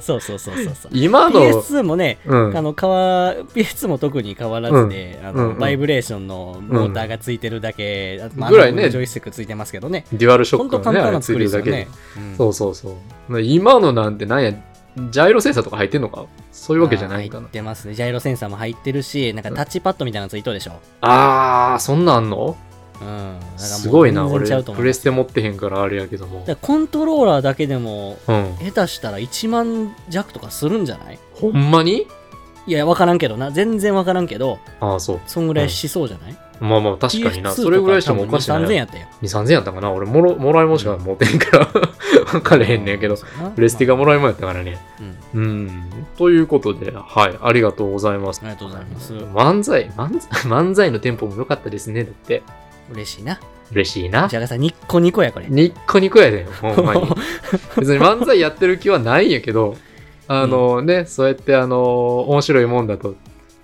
Speaker 2: そうそうそうそうそう。
Speaker 3: 今の、
Speaker 2: PS2 もね、
Speaker 3: うん
Speaker 2: あの変わ PS も特に変わらずで、あ
Speaker 3: うんう
Speaker 2: の
Speaker 3: ん
Speaker 2: バイブレーションのモーターがついてるだけ、あまあ
Speaker 3: ぐらいね
Speaker 2: あのジョイスティックついてますけどね、
Speaker 3: デュアルショ
Speaker 2: ほ
Speaker 3: ッ
Speaker 2: ん
Speaker 3: ク
Speaker 2: と
Speaker 3: の
Speaker 2: 簡
Speaker 3: ね、あ
Speaker 2: 単
Speaker 3: れ
Speaker 2: な
Speaker 3: つ
Speaker 2: 作
Speaker 3: い
Speaker 2: り
Speaker 3: て
Speaker 2: で
Speaker 3: る
Speaker 2: すよ
Speaker 3: だけ
Speaker 2: ね
Speaker 3: で。。
Speaker 2: うん
Speaker 3: そうそうそう。今のなんてなんや、ジャイロセンサーとか入ってんのかそういうわけじゃないんか
Speaker 2: あー入
Speaker 3: な
Speaker 2: っ。てますね。ジャイロセンサーも入ってるし、なんかタッチパッドみたいなのついとるでしょ。
Speaker 3: あー、そんなんあんの
Speaker 2: うん。だからもう
Speaker 3: すごいな、
Speaker 2: 全然
Speaker 3: 俺
Speaker 2: ちゃう。と思
Speaker 3: プ
Speaker 2: う
Speaker 3: レステ持ってへんからあれやけども
Speaker 2: だか。らコントローラーだけでも、
Speaker 3: うん。
Speaker 2: 下手したら1万弱とかするんじゃない
Speaker 3: ほんまに
Speaker 2: いや、わからんけどな。全然わからんけど、
Speaker 3: ああ、そう。
Speaker 2: そんぐらいしそうじゃない、
Speaker 3: まあまあ、確かにな。それぐらいしてもおかしく
Speaker 2: 3000
Speaker 3: ない。
Speaker 2: やったよ。
Speaker 3: 2、3000やったかな。俺もろ、もらいもんしか持ってへんから、 <laughs> 分かれへんねんけど。プレステがもらいもんやったからね。
Speaker 2: うん。うん
Speaker 3: うん。ということで、はい。ありがとうございます
Speaker 2: あ。りがとうございます。
Speaker 3: 漫才、漫才、漫才のテンポも良かったですね。だって、
Speaker 2: 嬉しいな。
Speaker 3: 嬉しいな
Speaker 2: じ。ゃがさん、ニッコニコや、これ。
Speaker 3: ニッコニコやで、ほんまに。 <laughs> 別に漫才やってる気はないんやけど、あのね、そうやってあの、面白いもんだと、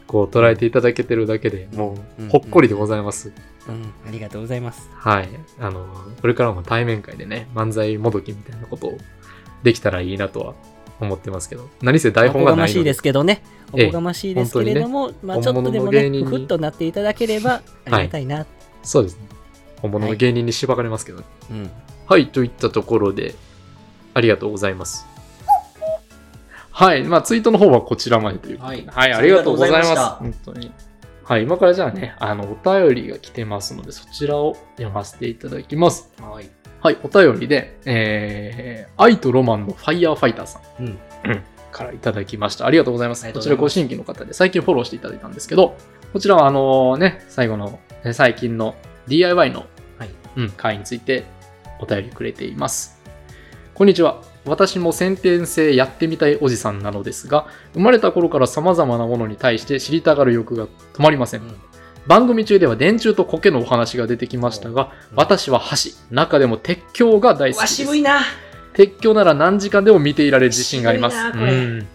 Speaker 3: こう捉えていただけてるだけでも
Speaker 2: うん
Speaker 3: う、ほっこりでございます。
Speaker 2: うん、ありがとうございます。
Speaker 3: はい。あの、これからも対面会でね、漫才もどきみたいなことをできたらいいなとは思ってますけど、何せ台本
Speaker 2: おこ
Speaker 3: が
Speaker 2: がま
Speaker 3: ない
Speaker 2: し
Speaker 3: の
Speaker 2: い
Speaker 3: で
Speaker 2: で、すけどね。お
Speaker 3: ええ
Speaker 2: こがましいですけれども、まあちょっと
Speaker 3: 本物
Speaker 2: でも
Speaker 3: の
Speaker 2: ね
Speaker 3: 芸、人に
Speaker 2: ふふっとなっていただければ、ありがたいな。
Speaker 3: そうですね。本物の芸人にしばかれますけどね。
Speaker 2: うん。
Speaker 3: はい、といったところで、ありがとうございます。はい、まあ、ツイートの方はこちらまでということ
Speaker 5: は
Speaker 3: で、
Speaker 5: い
Speaker 3: はい、ありがとうございます。
Speaker 5: ありがと
Speaker 3: 本当に。はい、今からじゃあね、あの、お便りが来てますので、そちらを読ませていただきます。
Speaker 5: はい。
Speaker 3: はい、お便りで、えー、愛とロマンのファイヤーファイターさん、
Speaker 5: うん
Speaker 3: からいただきました。ありがとうございます。
Speaker 5: あり
Speaker 3: こ
Speaker 5: が
Speaker 3: ち
Speaker 5: と
Speaker 3: ら
Speaker 5: うご
Speaker 3: ご新規の方で、最近フォローしていただいたんですけど、こちらはあのね、最後の、ね最近の DIY の、
Speaker 5: はい
Speaker 3: うん、会についてお便りくれています。こんにちは。私も先天性やってみたいおじさんなのですが、生まれた頃から様々なものに対して知りたがる欲が止まりません。
Speaker 5: うん
Speaker 3: 番組中では電柱と苔のお話が出てきましたが、
Speaker 5: うん
Speaker 3: 私は箸。中でも鉄橋が大
Speaker 5: う
Speaker 3: 好
Speaker 5: わ、
Speaker 3: きです
Speaker 5: 渋。いな。
Speaker 3: 鉄橋なら何時間でも見ていられる自信があります。
Speaker 5: 渋いなこれ
Speaker 3: うん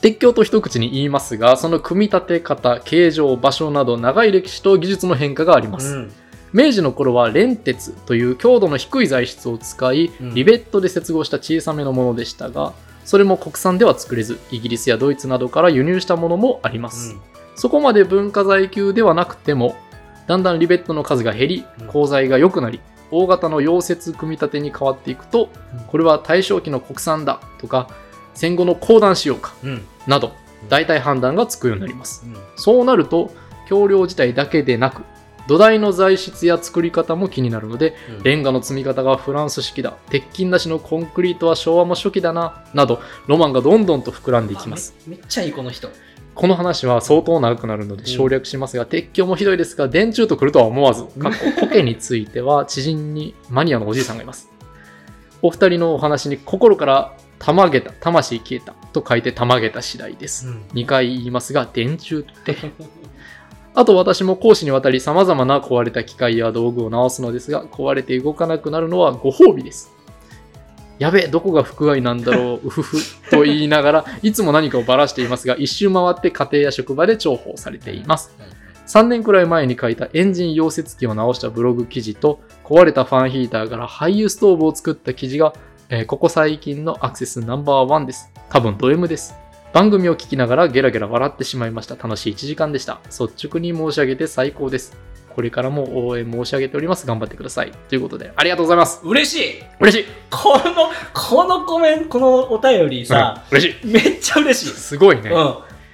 Speaker 3: 鉄橋と一口に言いますが、その組み立て方、形状、場所など長い歴史と技術の変化があります。
Speaker 5: うん
Speaker 3: 明治の頃は連鉄という強度の低い材質を使い、
Speaker 5: うん
Speaker 3: リベットで接合した小さめのものでしたがそれも国産では作れずイギリスやドイツなどから輸入したものもあります、そこまで文化財級ではなくてもだんだんリベットの数が減り
Speaker 2: うん
Speaker 3: 鋼材が良くなり大型の溶接組み立てに変わっていくとこれは大正期の国産だとか戦後の高段しようか
Speaker 2: うんうん
Speaker 3: など大体判断がつくようになりますそうなると橋梁自体だけでなく土台の材質や作り方も気になるので
Speaker 2: うん
Speaker 3: レンガの積み方がフランス式だ鉄筋なしのコンクリートは昭和も初期だななどロマンがどんどんと膨らんでいきます
Speaker 2: あめめっちゃいいこの人
Speaker 3: この話は相当長くなるので省略しますが、鉄橋もひどいですが電柱と来るとは思わずかっこ苔については知人にマニアのおじいさんがいますお二人のお話に心から「たまげた魂消えた」と書いて「たまげた次第」です2回言いますが電柱ってあと私も講師にわたり様々な壊れた機械や道具を直すのですが壊れて動かなくなるのはご褒美ですやべえどこが不具合なんだろ <laughs> ううふふと言いながらいつも何かをばらしていますが一周回って家庭や職場で重宝されています3年くらい前に書いたエンジン溶接機を直したブログ記事と壊れたファンヒーターから廃油ストーブを作った記事が、えーここ最近のアクセスナンバーワンです多分ド M です番組を聞きながらゲラゲラ笑ってしまいました楽しい1時間でした率直に申し上げて最高ですこれからも応援申し上げております頑張ってくださいということでありがとうございます
Speaker 2: 嬉しい
Speaker 3: 嬉しい
Speaker 2: このこのコメントこのお便りさ、
Speaker 3: <laughs> うん嬉しい
Speaker 2: めっちゃ嬉しい
Speaker 3: すごいね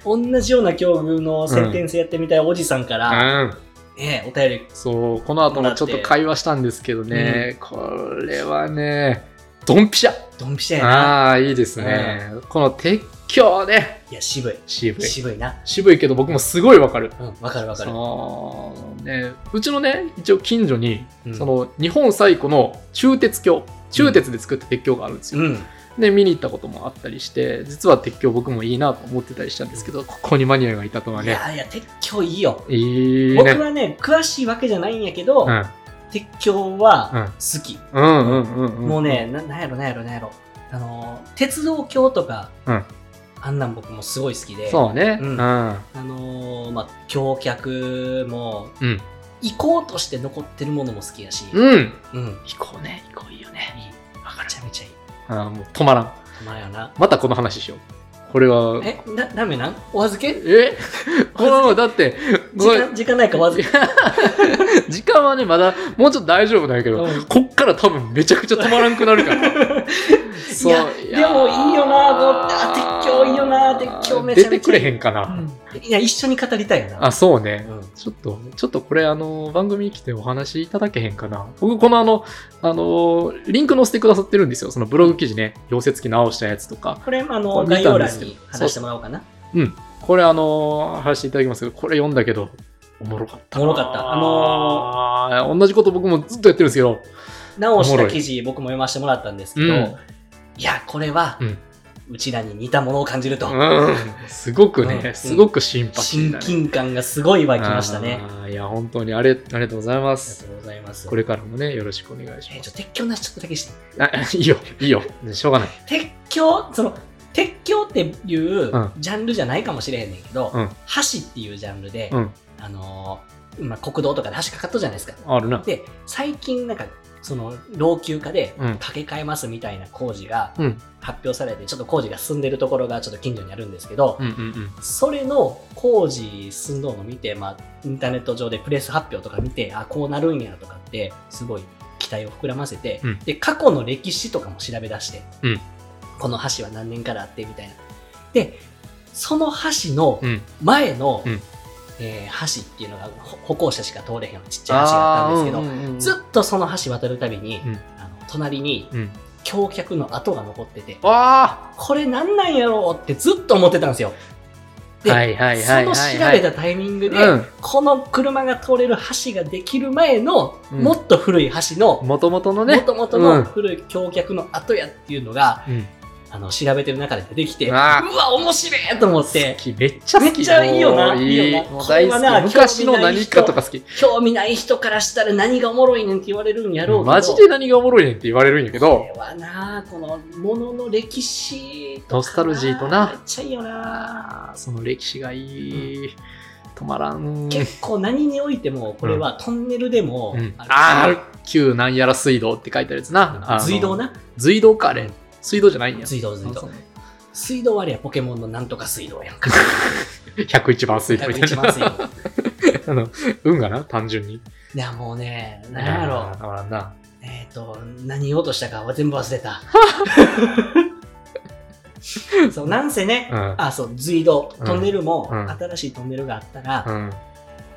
Speaker 2: うん、同じような境遇のセンテンスやってみたいおじさんか
Speaker 3: う
Speaker 2: ら、
Speaker 3: ん
Speaker 2: ねえお便り
Speaker 3: そうこの後もちょっと会話したんですけどね、これはねドンピシャ
Speaker 2: ドンピシャやな
Speaker 3: ああーいいですね、この鉄橋ね
Speaker 2: いや渋い
Speaker 3: 渋い
Speaker 2: 渋いな
Speaker 3: 渋いけど僕もすごいわかる
Speaker 2: うんわかるわか
Speaker 3: そ
Speaker 2: る
Speaker 3: のねうちのね一応近所に、
Speaker 2: うん
Speaker 3: その日本最古の鋳鉄橋鋳鉄で作った鉄橋があるんですよ、
Speaker 2: うん
Speaker 3: で見に行ったこともあったりして実は鉄橋僕もいいなと思ってたりしたんですけどここにマニアがいたとはいね
Speaker 2: やいや鉄橋いいよ
Speaker 3: いい
Speaker 2: 僕
Speaker 3: ね
Speaker 2: はね詳しいわけじゃないんやけど、
Speaker 3: うん
Speaker 2: 鉄橋は好き、
Speaker 3: うんうんうんうん
Speaker 2: もうね、ななんやろなんやろなんやろあのー鉄道橋とか、
Speaker 3: うん
Speaker 2: あんなん僕もすごい好きで
Speaker 3: そうね
Speaker 2: う
Speaker 3: うんんうん
Speaker 2: あのーまあ橋脚も
Speaker 3: うん、
Speaker 2: 遺構として残ってるものも好きやし、うん
Speaker 3: 行こうね行こういいよね
Speaker 2: いいめちゃめちゃいい
Speaker 3: あーもう止まらん
Speaker 2: お前やな
Speaker 3: またこの話しようこれは
Speaker 2: えだダメなんお預け
Speaker 3: え <laughs> このだって
Speaker 2: 時
Speaker 3: ごめん
Speaker 2: 間時間ないからお預け
Speaker 3: 時間はねまだも <laughs> うちょっと大丈夫なんやけど、
Speaker 2: うん
Speaker 3: こっから多分めちゃくちゃ止まらんくなるからそう
Speaker 2: いやでもいいよなと思ってあ鉄橋いいよな鉄橋めち
Speaker 3: 出
Speaker 2: ゃめちゃいい
Speaker 3: てくれへんかな、
Speaker 2: いや一緒に語りたいよな
Speaker 3: あそうね
Speaker 2: うん
Speaker 3: ちょっとちょっとこれあの番組に来てお話いただけへんかな僕このあのあのリンク載せてくださってるんですよそのブログ記事ね溶接機直したやつとか
Speaker 2: これあ
Speaker 3: こ
Speaker 2: の
Speaker 3: れ見
Speaker 2: 概
Speaker 3: た
Speaker 2: 要
Speaker 3: んで
Speaker 2: 欄
Speaker 3: すけど
Speaker 2: に話してもらおうかな
Speaker 3: これあの話していただきますけどこれ読んだけどおもろかった
Speaker 2: おもろかったあの
Speaker 3: あー同じこと僕もずっとやってるんですけど
Speaker 2: ー直し
Speaker 3: おも
Speaker 2: た
Speaker 3: ろい
Speaker 2: 記事僕も読ませてもらったんですけど、
Speaker 3: うん
Speaker 2: いやこれは、
Speaker 3: うん
Speaker 2: うちらに似たものを感じると、
Speaker 3: うんすごく
Speaker 2: うん
Speaker 3: ね、すごくシンパシー
Speaker 2: 親
Speaker 3: だね。
Speaker 2: 近感がすごい湧きましたねあ
Speaker 3: あー。いや、本当にあれありがとうございま
Speaker 2: りが
Speaker 3: す。
Speaker 2: とうございます
Speaker 3: これからもね、よろしくお願いし
Speaker 2: え
Speaker 3: ます。
Speaker 2: ちょっと鉄橋なしちょっとだけして
Speaker 3: あ <laughs> いいよ、いいよ。しょうがない。
Speaker 2: 鉄橋その鉄橋っていううんジャンルじゃないかもしれへんねんけど、
Speaker 3: うん
Speaker 2: 橋っていうジャンルで、
Speaker 3: うん
Speaker 2: あのーまあ、国道とかで橋かかったじゃないですか
Speaker 3: あるな。
Speaker 2: で最近なんかその老朽化で
Speaker 3: うん
Speaker 2: 架け替えますみたいな工事が
Speaker 3: うん
Speaker 2: 発表されて、ちょっと工事が進んでるところがちょっと近所にあるんですけど、
Speaker 3: うんうん
Speaker 2: それの工事進んどんの見て、まあ、インターネット上でプレス発表とか見てあこうなるんやとかってすごい期待を膨らませて、
Speaker 3: うん
Speaker 2: で過去の歴史とかも調べ出して、
Speaker 3: うん
Speaker 2: この橋は何年からあってみたいなでその橋の
Speaker 3: うん。うん。
Speaker 2: 前の、
Speaker 3: うん
Speaker 2: えー橋っていうのがほ歩行者しか通れへんようなちっちゃい橋だ
Speaker 3: あ
Speaker 2: った
Speaker 3: ー
Speaker 2: んです
Speaker 3: う
Speaker 2: け
Speaker 3: ん
Speaker 2: ど、
Speaker 3: うんうん
Speaker 2: ずっとその橋渡るたびに、
Speaker 3: うん
Speaker 2: あの隣に
Speaker 3: うん。
Speaker 2: 橋脚の跡が残ってて
Speaker 3: あ
Speaker 2: これなんなんやろうってずっと思ってたんですよ。
Speaker 3: あ
Speaker 2: で
Speaker 3: はいはい
Speaker 2: そ
Speaker 3: はいはい
Speaker 2: の調
Speaker 3: は
Speaker 2: べ
Speaker 3: い。
Speaker 2: たタイミングで、
Speaker 3: うん
Speaker 2: この車が通れる橋ができる前の、
Speaker 3: うん
Speaker 2: もっと古い橋の、
Speaker 3: もともとの
Speaker 2: も
Speaker 3: ね。
Speaker 2: ともと
Speaker 3: う
Speaker 2: の
Speaker 3: ん
Speaker 2: 古い橋脚の跡やっていうのが、
Speaker 3: うん。
Speaker 2: あの調べてる中で出てきて、う
Speaker 3: ああ
Speaker 2: わ、面白いと思って、
Speaker 3: めっちゃ好き。
Speaker 2: めっちゃいいよな
Speaker 3: もう
Speaker 2: いい
Speaker 3: い
Speaker 2: よ
Speaker 3: い。
Speaker 2: な
Speaker 3: もう大
Speaker 2: これ
Speaker 3: 好
Speaker 2: はな
Speaker 3: き。昔の何かとか好き。
Speaker 2: 興味ない人からしたら何がおもろいねんって言われるんやろうけど、
Speaker 3: マジで何がおもろいねんって言われるんやけ
Speaker 2: こ
Speaker 3: ど
Speaker 2: れ。はな、このものの歴史とかな
Speaker 3: ノスタルジーとな
Speaker 2: めっちゃいいよな。
Speaker 3: あーその歴史がいい。止まらん。
Speaker 2: 結構何においても、これはトンネルでも、
Speaker 3: うん、
Speaker 2: あの
Speaker 3: ああ、旧なんやら水道って書いてあるやつな。あの
Speaker 2: 隧道。な、
Speaker 3: 隧道か、あれ。水道じゃないんや。
Speaker 2: 隧道、隧
Speaker 3: あ
Speaker 2: 道
Speaker 3: そう。
Speaker 2: 水道ありゃポケモンのなんとか水道やんか。
Speaker 3: 101番水道みた
Speaker 2: 一
Speaker 3: い
Speaker 2: 番
Speaker 3: な。
Speaker 2: 水道。
Speaker 3: あの、運がな、単純に。
Speaker 2: いや、もうね、なんやろ
Speaker 3: あ。ーあーな。
Speaker 2: えっ、と、何言おうとしたかは全部忘れ
Speaker 3: <laughs>
Speaker 2: た。そう、なんせね、
Speaker 3: うん
Speaker 2: あ、そう、水道、トンネルも、
Speaker 3: うん
Speaker 2: 新しいトンネルがあったら、
Speaker 3: うん。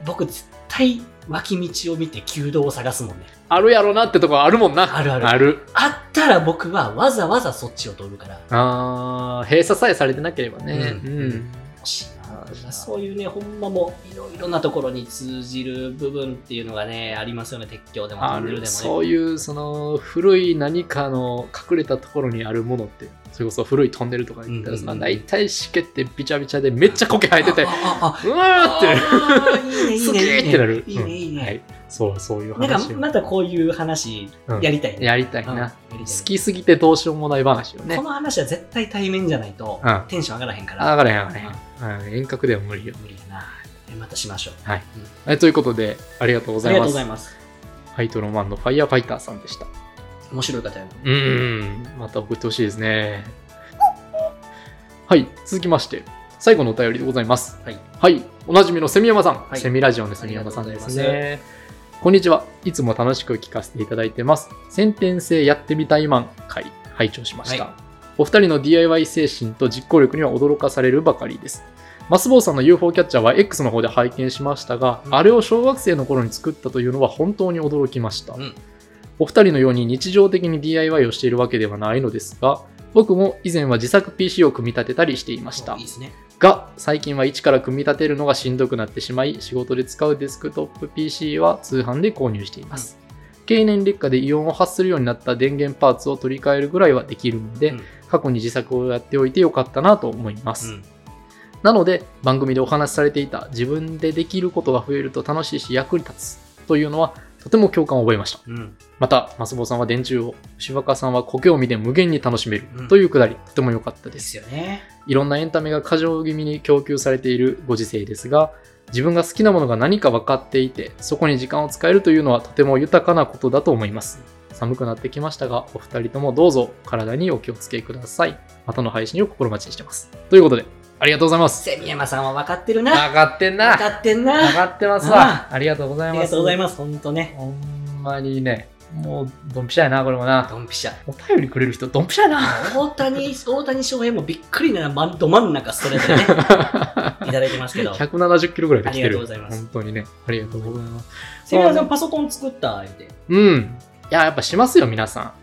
Speaker 2: 僕絶対脇道を見て旧道を探すもんね。
Speaker 3: あるやろなってとこあるもんな。
Speaker 2: あるある
Speaker 3: ある。
Speaker 2: あったら僕はわざわざそっちを取るから、
Speaker 3: あー閉鎖さえされてなければね。
Speaker 2: う
Speaker 3: うんん。
Speaker 2: 欲しいなだからそういうね、ほんまもういろいろなところに通じる部分っていうのがね、ありますよね、鉄橋でもト
Speaker 3: あ
Speaker 2: ンネ
Speaker 3: る
Speaker 2: ルでも
Speaker 3: そ
Speaker 2: ね。
Speaker 3: ういうその古い何かの隠れたところにあるものってそれこそ古いトンネルとか行った
Speaker 2: うん
Speaker 3: ら
Speaker 2: うん
Speaker 3: さ大体湿気ってびちゃびちゃでめっちゃ苔生えててう
Speaker 2: あ
Speaker 3: わ <laughs> ーってなる
Speaker 2: あーいいね、いい
Speaker 3: 好き
Speaker 2: ね。いいね
Speaker 3: ってなる
Speaker 2: いいね、いい
Speaker 3: うんは
Speaker 2: ね
Speaker 3: い。そうそういう
Speaker 2: なん
Speaker 3: 話
Speaker 2: か
Speaker 3: を
Speaker 2: またこういう話やりたいね。
Speaker 3: やりたい
Speaker 2: うんや
Speaker 3: な
Speaker 2: りたいね
Speaker 3: 好きすぎてどうしようもない話よね
Speaker 2: この話は絶対対面じゃないと
Speaker 3: うん
Speaker 2: テンション上がらへんから。
Speaker 3: 上がれへん上がれへんうん遠隔では無理よ
Speaker 2: 無理やな。えまたしましょう。
Speaker 3: はい
Speaker 2: うん
Speaker 3: はいということでありがとうご
Speaker 2: あ
Speaker 3: ざ
Speaker 2: り
Speaker 3: い
Speaker 2: が
Speaker 3: ま
Speaker 2: とう
Speaker 3: す
Speaker 2: ございます。
Speaker 3: ファイトロマンのファイヤーファイターさんでした
Speaker 2: 面白い方やな。
Speaker 3: うーん、また送ってほしいですね。はい、続きまして、最後のお便りでございます。
Speaker 2: はい。
Speaker 3: はい、おなじみのセミヤマさん、
Speaker 2: はい
Speaker 3: セミラジオのセミヤマさんです
Speaker 2: ありがとうご
Speaker 3: ね。こんにちは。いつも楽しく聞かせていただいてます。先天性やってみたいマン会、拝聴しました。
Speaker 2: は
Speaker 3: お二人の DIY 精神と実行力には驚かされるばかりです。マスボウさんの UFO キャッチャーは X の方で拝見しましたが、
Speaker 2: うん
Speaker 3: あれを小学生の頃に作ったというのは本当に驚きました、
Speaker 2: うん
Speaker 3: お二人のように日常的に DIY をしているわけではないのですが僕も以前は自作 PC を組み立てたりしていました
Speaker 2: いいですね。
Speaker 3: が最近は一から組み立てるのがしんどくなってしまい仕事で使うデスクトップ PC は通販で購入しています、経年劣化で異音を発するようになった電源パーツを取り替えるぐらいはできるので、
Speaker 2: うん
Speaker 3: 過去に自作をやっておいてよかったなと思います、
Speaker 2: うん
Speaker 3: なので番組でお話しされていた自分でできることが増えると楽しいし役に立つというのはとても共感を覚えました
Speaker 2: うん。
Speaker 3: またマスボウさんは電柱を柴若さんは苔を見て無限に楽しめる
Speaker 2: うん
Speaker 3: というくだり、とても良かった
Speaker 2: で
Speaker 3: です
Speaker 2: すよね。
Speaker 3: いろんなエンタメが過剰気味に供給されているご時世ですが自分が好きなものが何か分かっていてそこに時間を使えるというのはとても豊かなことだと思います寒くなってきましたがお二人ともどうぞ体にお気をつけくださいまたの配信を心待ちにしてますということでありがとうございます
Speaker 2: セミヤマさんは分かってるな。
Speaker 3: 上がってん
Speaker 2: 分
Speaker 3: な
Speaker 2: かってんな。
Speaker 3: 上
Speaker 2: あ
Speaker 3: がってます
Speaker 2: な
Speaker 3: わありがとうございます
Speaker 2: りがとうございます。ほんとね。
Speaker 3: ほんまにねもうドンピシャやなこれもな
Speaker 2: ドンピシャ。
Speaker 3: お便りくれる人ドンピシャや <laughs> な
Speaker 2: 大谷、大谷翔平もびっくりな、ま、ど真ん中ストレート
Speaker 3: <laughs>
Speaker 2: でね、いただいてますけど。
Speaker 3: 170キロぐらいで来てる
Speaker 2: ありがとうございます
Speaker 3: 本当にねありがとうございます
Speaker 2: セミヤマさんパソコン作った、言うて。
Speaker 3: うん。いや、やっぱしますよ、皆さ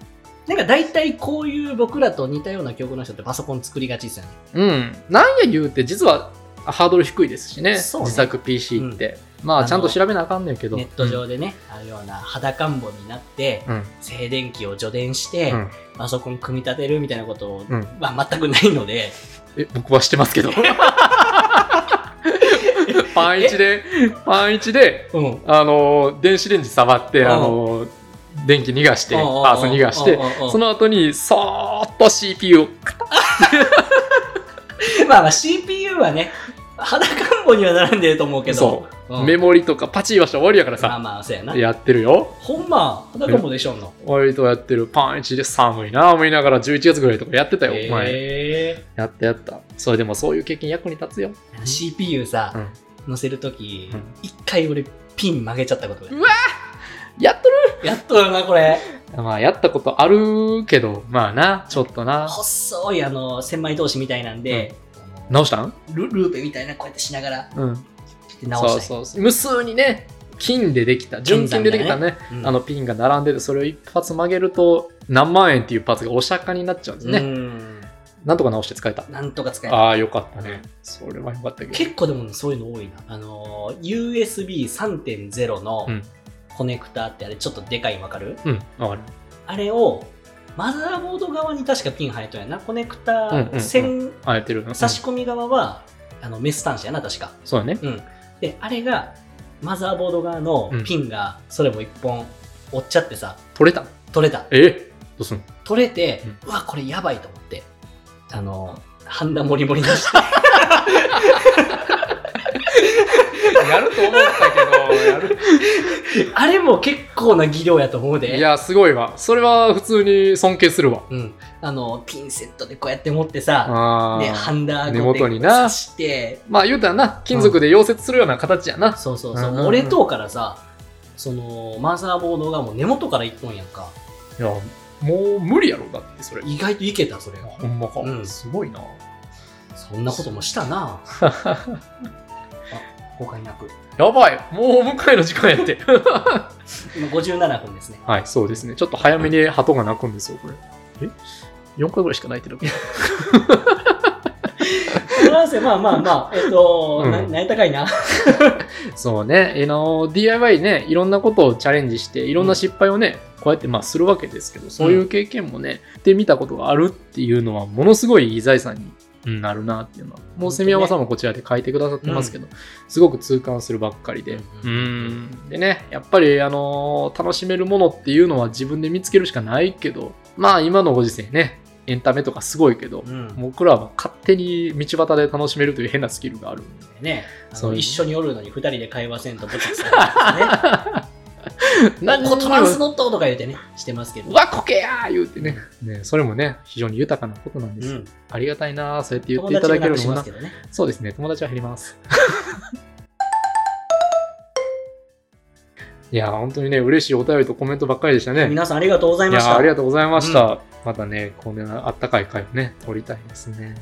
Speaker 2: なんか大体こういう僕らと似たような曲の人ってパソコン作りがちですよね。
Speaker 3: ん。うん。なんや言うて、実はハードル低いですしね、
Speaker 2: そうね
Speaker 3: 自作 PC って。ま
Speaker 2: あ
Speaker 3: あ、
Speaker 2: の
Speaker 3: ちゃんと調べなあかんねんけど。
Speaker 2: ネット上でね、あるような裸んぼになって、
Speaker 3: うん。うん。
Speaker 2: 静電気を除電して、
Speaker 3: うん
Speaker 2: パソコン組み立てるみたいなことを、
Speaker 3: うん
Speaker 2: まあ全くないので、
Speaker 3: え、僕はしてます
Speaker 2: <laughs>
Speaker 3: けど。パン1で、パン1で、
Speaker 2: うん。
Speaker 3: あのー、電子レンジ触って、
Speaker 2: うん
Speaker 3: あのー、電気逃がして、
Speaker 2: うんうんうん
Speaker 3: パース逃がして
Speaker 2: うん、うんうん
Speaker 3: その後に、そーっと CPU をカタッ
Speaker 2: まあまあ CPU はね、裸んぼには並んでると思うけど、
Speaker 3: そ
Speaker 2: ん
Speaker 3: メモリとかパチーはして終わりやから
Speaker 2: まあ
Speaker 3: さ、
Speaker 2: まあ、そうやな。
Speaker 3: やってるよ。
Speaker 2: ほんま、裸んぼでしょんの。
Speaker 3: 割とやってるパン1で寒いな思いながら11月ぐらいとかやってたよ、お前
Speaker 2: え
Speaker 3: やったやったそれでもそういう経験役に立つよ
Speaker 2: ー、CPU さ、
Speaker 3: うん
Speaker 2: 乗せるとき
Speaker 3: うん、
Speaker 2: 一、回俺ピン曲げちゃったことがある
Speaker 3: やっとる
Speaker 2: やっとるな、これ。
Speaker 3: まあやったことあるけどまあなちょっとな
Speaker 2: 細いあの千枚通しみたいなんで、あの
Speaker 3: 直したん
Speaker 2: ルルーペみたいなこうやってしながら
Speaker 3: うん
Speaker 2: って直したい
Speaker 3: そうそう無数にね金でできた純金でできたね
Speaker 2: うん
Speaker 3: あのピンが並んでてそれを一発曲げると何万円っていうパーツがお釈迦になっちゃうんですね、
Speaker 2: うん
Speaker 3: なんとか直して使えた
Speaker 2: なんとか使える
Speaker 3: ああよかったねそれはよかったけど
Speaker 2: 結構でもねそういうの多いなあの USB3.0 の
Speaker 3: うん
Speaker 2: コネクタってあれちょっとでかいのわかる、
Speaker 3: うんわかる
Speaker 2: あれをマザーボード側に確かピン入っとんやなコネクタ
Speaker 3: うんうんうん
Speaker 2: 線、
Speaker 3: あやってるうん
Speaker 2: 差し込み側はあのメス端子やな確か
Speaker 3: そうだね
Speaker 2: うんであれがマザーボード側の
Speaker 3: うん
Speaker 2: ピンがそれも一本折っちゃってさ
Speaker 3: 取れた
Speaker 2: 取れた
Speaker 3: えどうすんの
Speaker 2: 取れて、うわこれやばいと思ってあのハンダモリモリ出して
Speaker 1: やると思ったけど、やる
Speaker 3: <laughs>
Speaker 2: あれも結構な技量やと思うで。
Speaker 3: いや、すごいわ。それは普通に尊敬するわ。
Speaker 2: うん。あの、ピンセットでこうやって持ってさ、
Speaker 3: あ
Speaker 2: ね、ハ
Speaker 3: あ。
Speaker 2: ンダー
Speaker 3: 根元にな
Speaker 2: 刺して、
Speaker 3: まあ言うたらな、金属で溶接するような形やな。
Speaker 2: そうそうそう。
Speaker 3: うんうんうん
Speaker 2: 俺とからさ、その、マザーボードがもう根元から一本やんか。
Speaker 3: いや、もう無理やろ、だってそれ。
Speaker 2: 意外といけた、それが。
Speaker 3: ほんまか。
Speaker 2: うん
Speaker 3: すごいな。
Speaker 2: そんなこともしたな。 <laughs> あ、他になく。
Speaker 3: やばい。もうお迎えの時間やって。
Speaker 2: 今57分ですね。
Speaker 3: はい、そうですね。ちょっと早めに鳩が鳴くんですよ、これ。え ?4 回ぐらいしか鳴いてる。
Speaker 2: なんせまあまあまあ、えっと、
Speaker 3: うん
Speaker 2: な何高いな。
Speaker 3: そうね、あの DIY ね、いろんなことをチャレンジして、いろんな失敗をね、こうやってまあするわけですけど、そういう経験もね、で見たことがあるっていうのは、ものすごいいい財産にうんなるなっていうのは、もうセミヤマさんもこちらで書いてくださってますけど、すごく痛感するばっかりで。
Speaker 2: う
Speaker 3: うん
Speaker 2: うん
Speaker 3: んでね、やっぱり、あの楽しめるものっていうのは自分で見つけるしかないけど、まあ今のご時世ね、エンタメとかすごいけど、
Speaker 2: うん。
Speaker 3: 僕らは勝手に道端で楽しめるという変なスキルがあるんで
Speaker 2: ね、あ
Speaker 3: そ
Speaker 2: の
Speaker 3: う
Speaker 2: 一緒におるのに二人で会話せんとボツされますね。
Speaker 3: <laughs> 何に
Speaker 2: コ
Speaker 3: も
Speaker 2: トランスノットとか言うてね、してますけ
Speaker 3: う
Speaker 2: ど。
Speaker 3: わこけやー言うてねねそれもね非常に豊かなことなん
Speaker 2: う
Speaker 3: です、
Speaker 2: ん、
Speaker 3: ありがたいなーそうやって言ってい
Speaker 2: 友
Speaker 3: た
Speaker 2: 達
Speaker 3: だける
Speaker 2: になく
Speaker 3: の
Speaker 2: し
Speaker 3: も
Speaker 2: ま
Speaker 3: な
Speaker 2: すけどね。
Speaker 3: そうですね友達は減ります <laughs> いやー本当にね嬉しいお便りとコメントばっかりでしたね
Speaker 2: 皆さんありがとうござい
Speaker 3: い
Speaker 2: ま
Speaker 3: や
Speaker 2: し
Speaker 3: ー
Speaker 2: た。
Speaker 3: ありがとうございました、またねこんなあったかい回をね撮りたいですね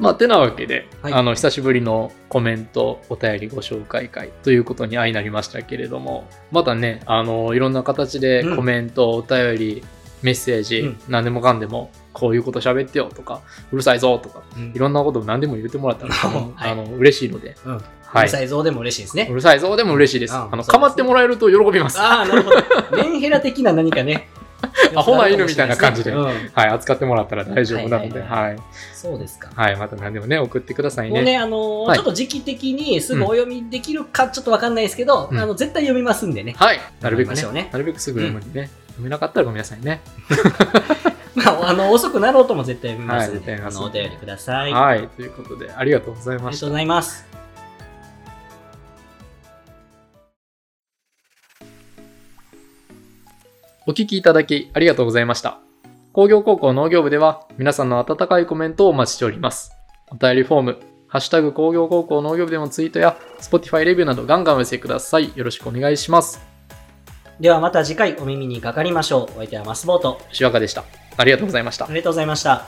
Speaker 3: まあてなわけで、
Speaker 2: はい
Speaker 3: あの久しぶりのコメントお便りご紹介会ということに相なりましたけれどもまたねあのいろんな形で
Speaker 2: うん
Speaker 3: コメント、お便りメッセージ、
Speaker 2: うん
Speaker 3: 何でもかんでもこういうこと喋ってよとかうるさいぞとか
Speaker 2: うん
Speaker 3: いろんなことを何でも言ってもら <laughs> ったら、
Speaker 2: はい
Speaker 3: あの嬉しいので、
Speaker 2: うん
Speaker 3: は
Speaker 2: うる
Speaker 3: い
Speaker 2: さいぞでも嬉しいですね
Speaker 3: う。るさいぞでも嬉しいです、
Speaker 2: うん
Speaker 3: あの
Speaker 2: そうですね
Speaker 3: 構ってもらえると喜びます
Speaker 2: ああ、なるほど。メンヘラ的な何かね。
Speaker 3: <laughs> アホな犬みたいな感じで
Speaker 2: うん
Speaker 3: はい扱ってもらったら大丈夫なので
Speaker 2: はい
Speaker 3: はい
Speaker 2: そうですか。
Speaker 3: はい、また何でもね、送ってください
Speaker 2: もう
Speaker 3: ね。
Speaker 2: ね、あのー
Speaker 3: はい
Speaker 2: ちょっと時期的にすぐお読みできるかちょっとわかんないですけど、
Speaker 3: うん
Speaker 2: あの絶対読みますんでね。
Speaker 3: はい、なるべく
Speaker 2: 頑張りましょ
Speaker 3: ね
Speaker 2: うね
Speaker 3: なるべくすぐ読むんでね、読めなかったらごめんなさいね。
Speaker 2: まあ、あの遅くなろうとも絶対読みますんで、
Speaker 3: はい
Speaker 2: あのお便りください。あ
Speaker 3: はい、ということで、ありがとうございま
Speaker 2: りが
Speaker 3: し
Speaker 2: とう
Speaker 3: た。
Speaker 2: ございます。
Speaker 3: お聞きいただき、ありがとうございました。工業高校農業部では、皆さんの温かいコメントをお待ちしております。お便りフォーム、ハッシュタグ工業高校農業部でのツイートや、Spotify レビューなどガンガンお寄せください。よろしくお願いします。
Speaker 2: ではまた次回お耳にかかりましょう。お相手はマスボート。
Speaker 3: しわかでした。ありがとうございました
Speaker 2: あ。りがとうございました。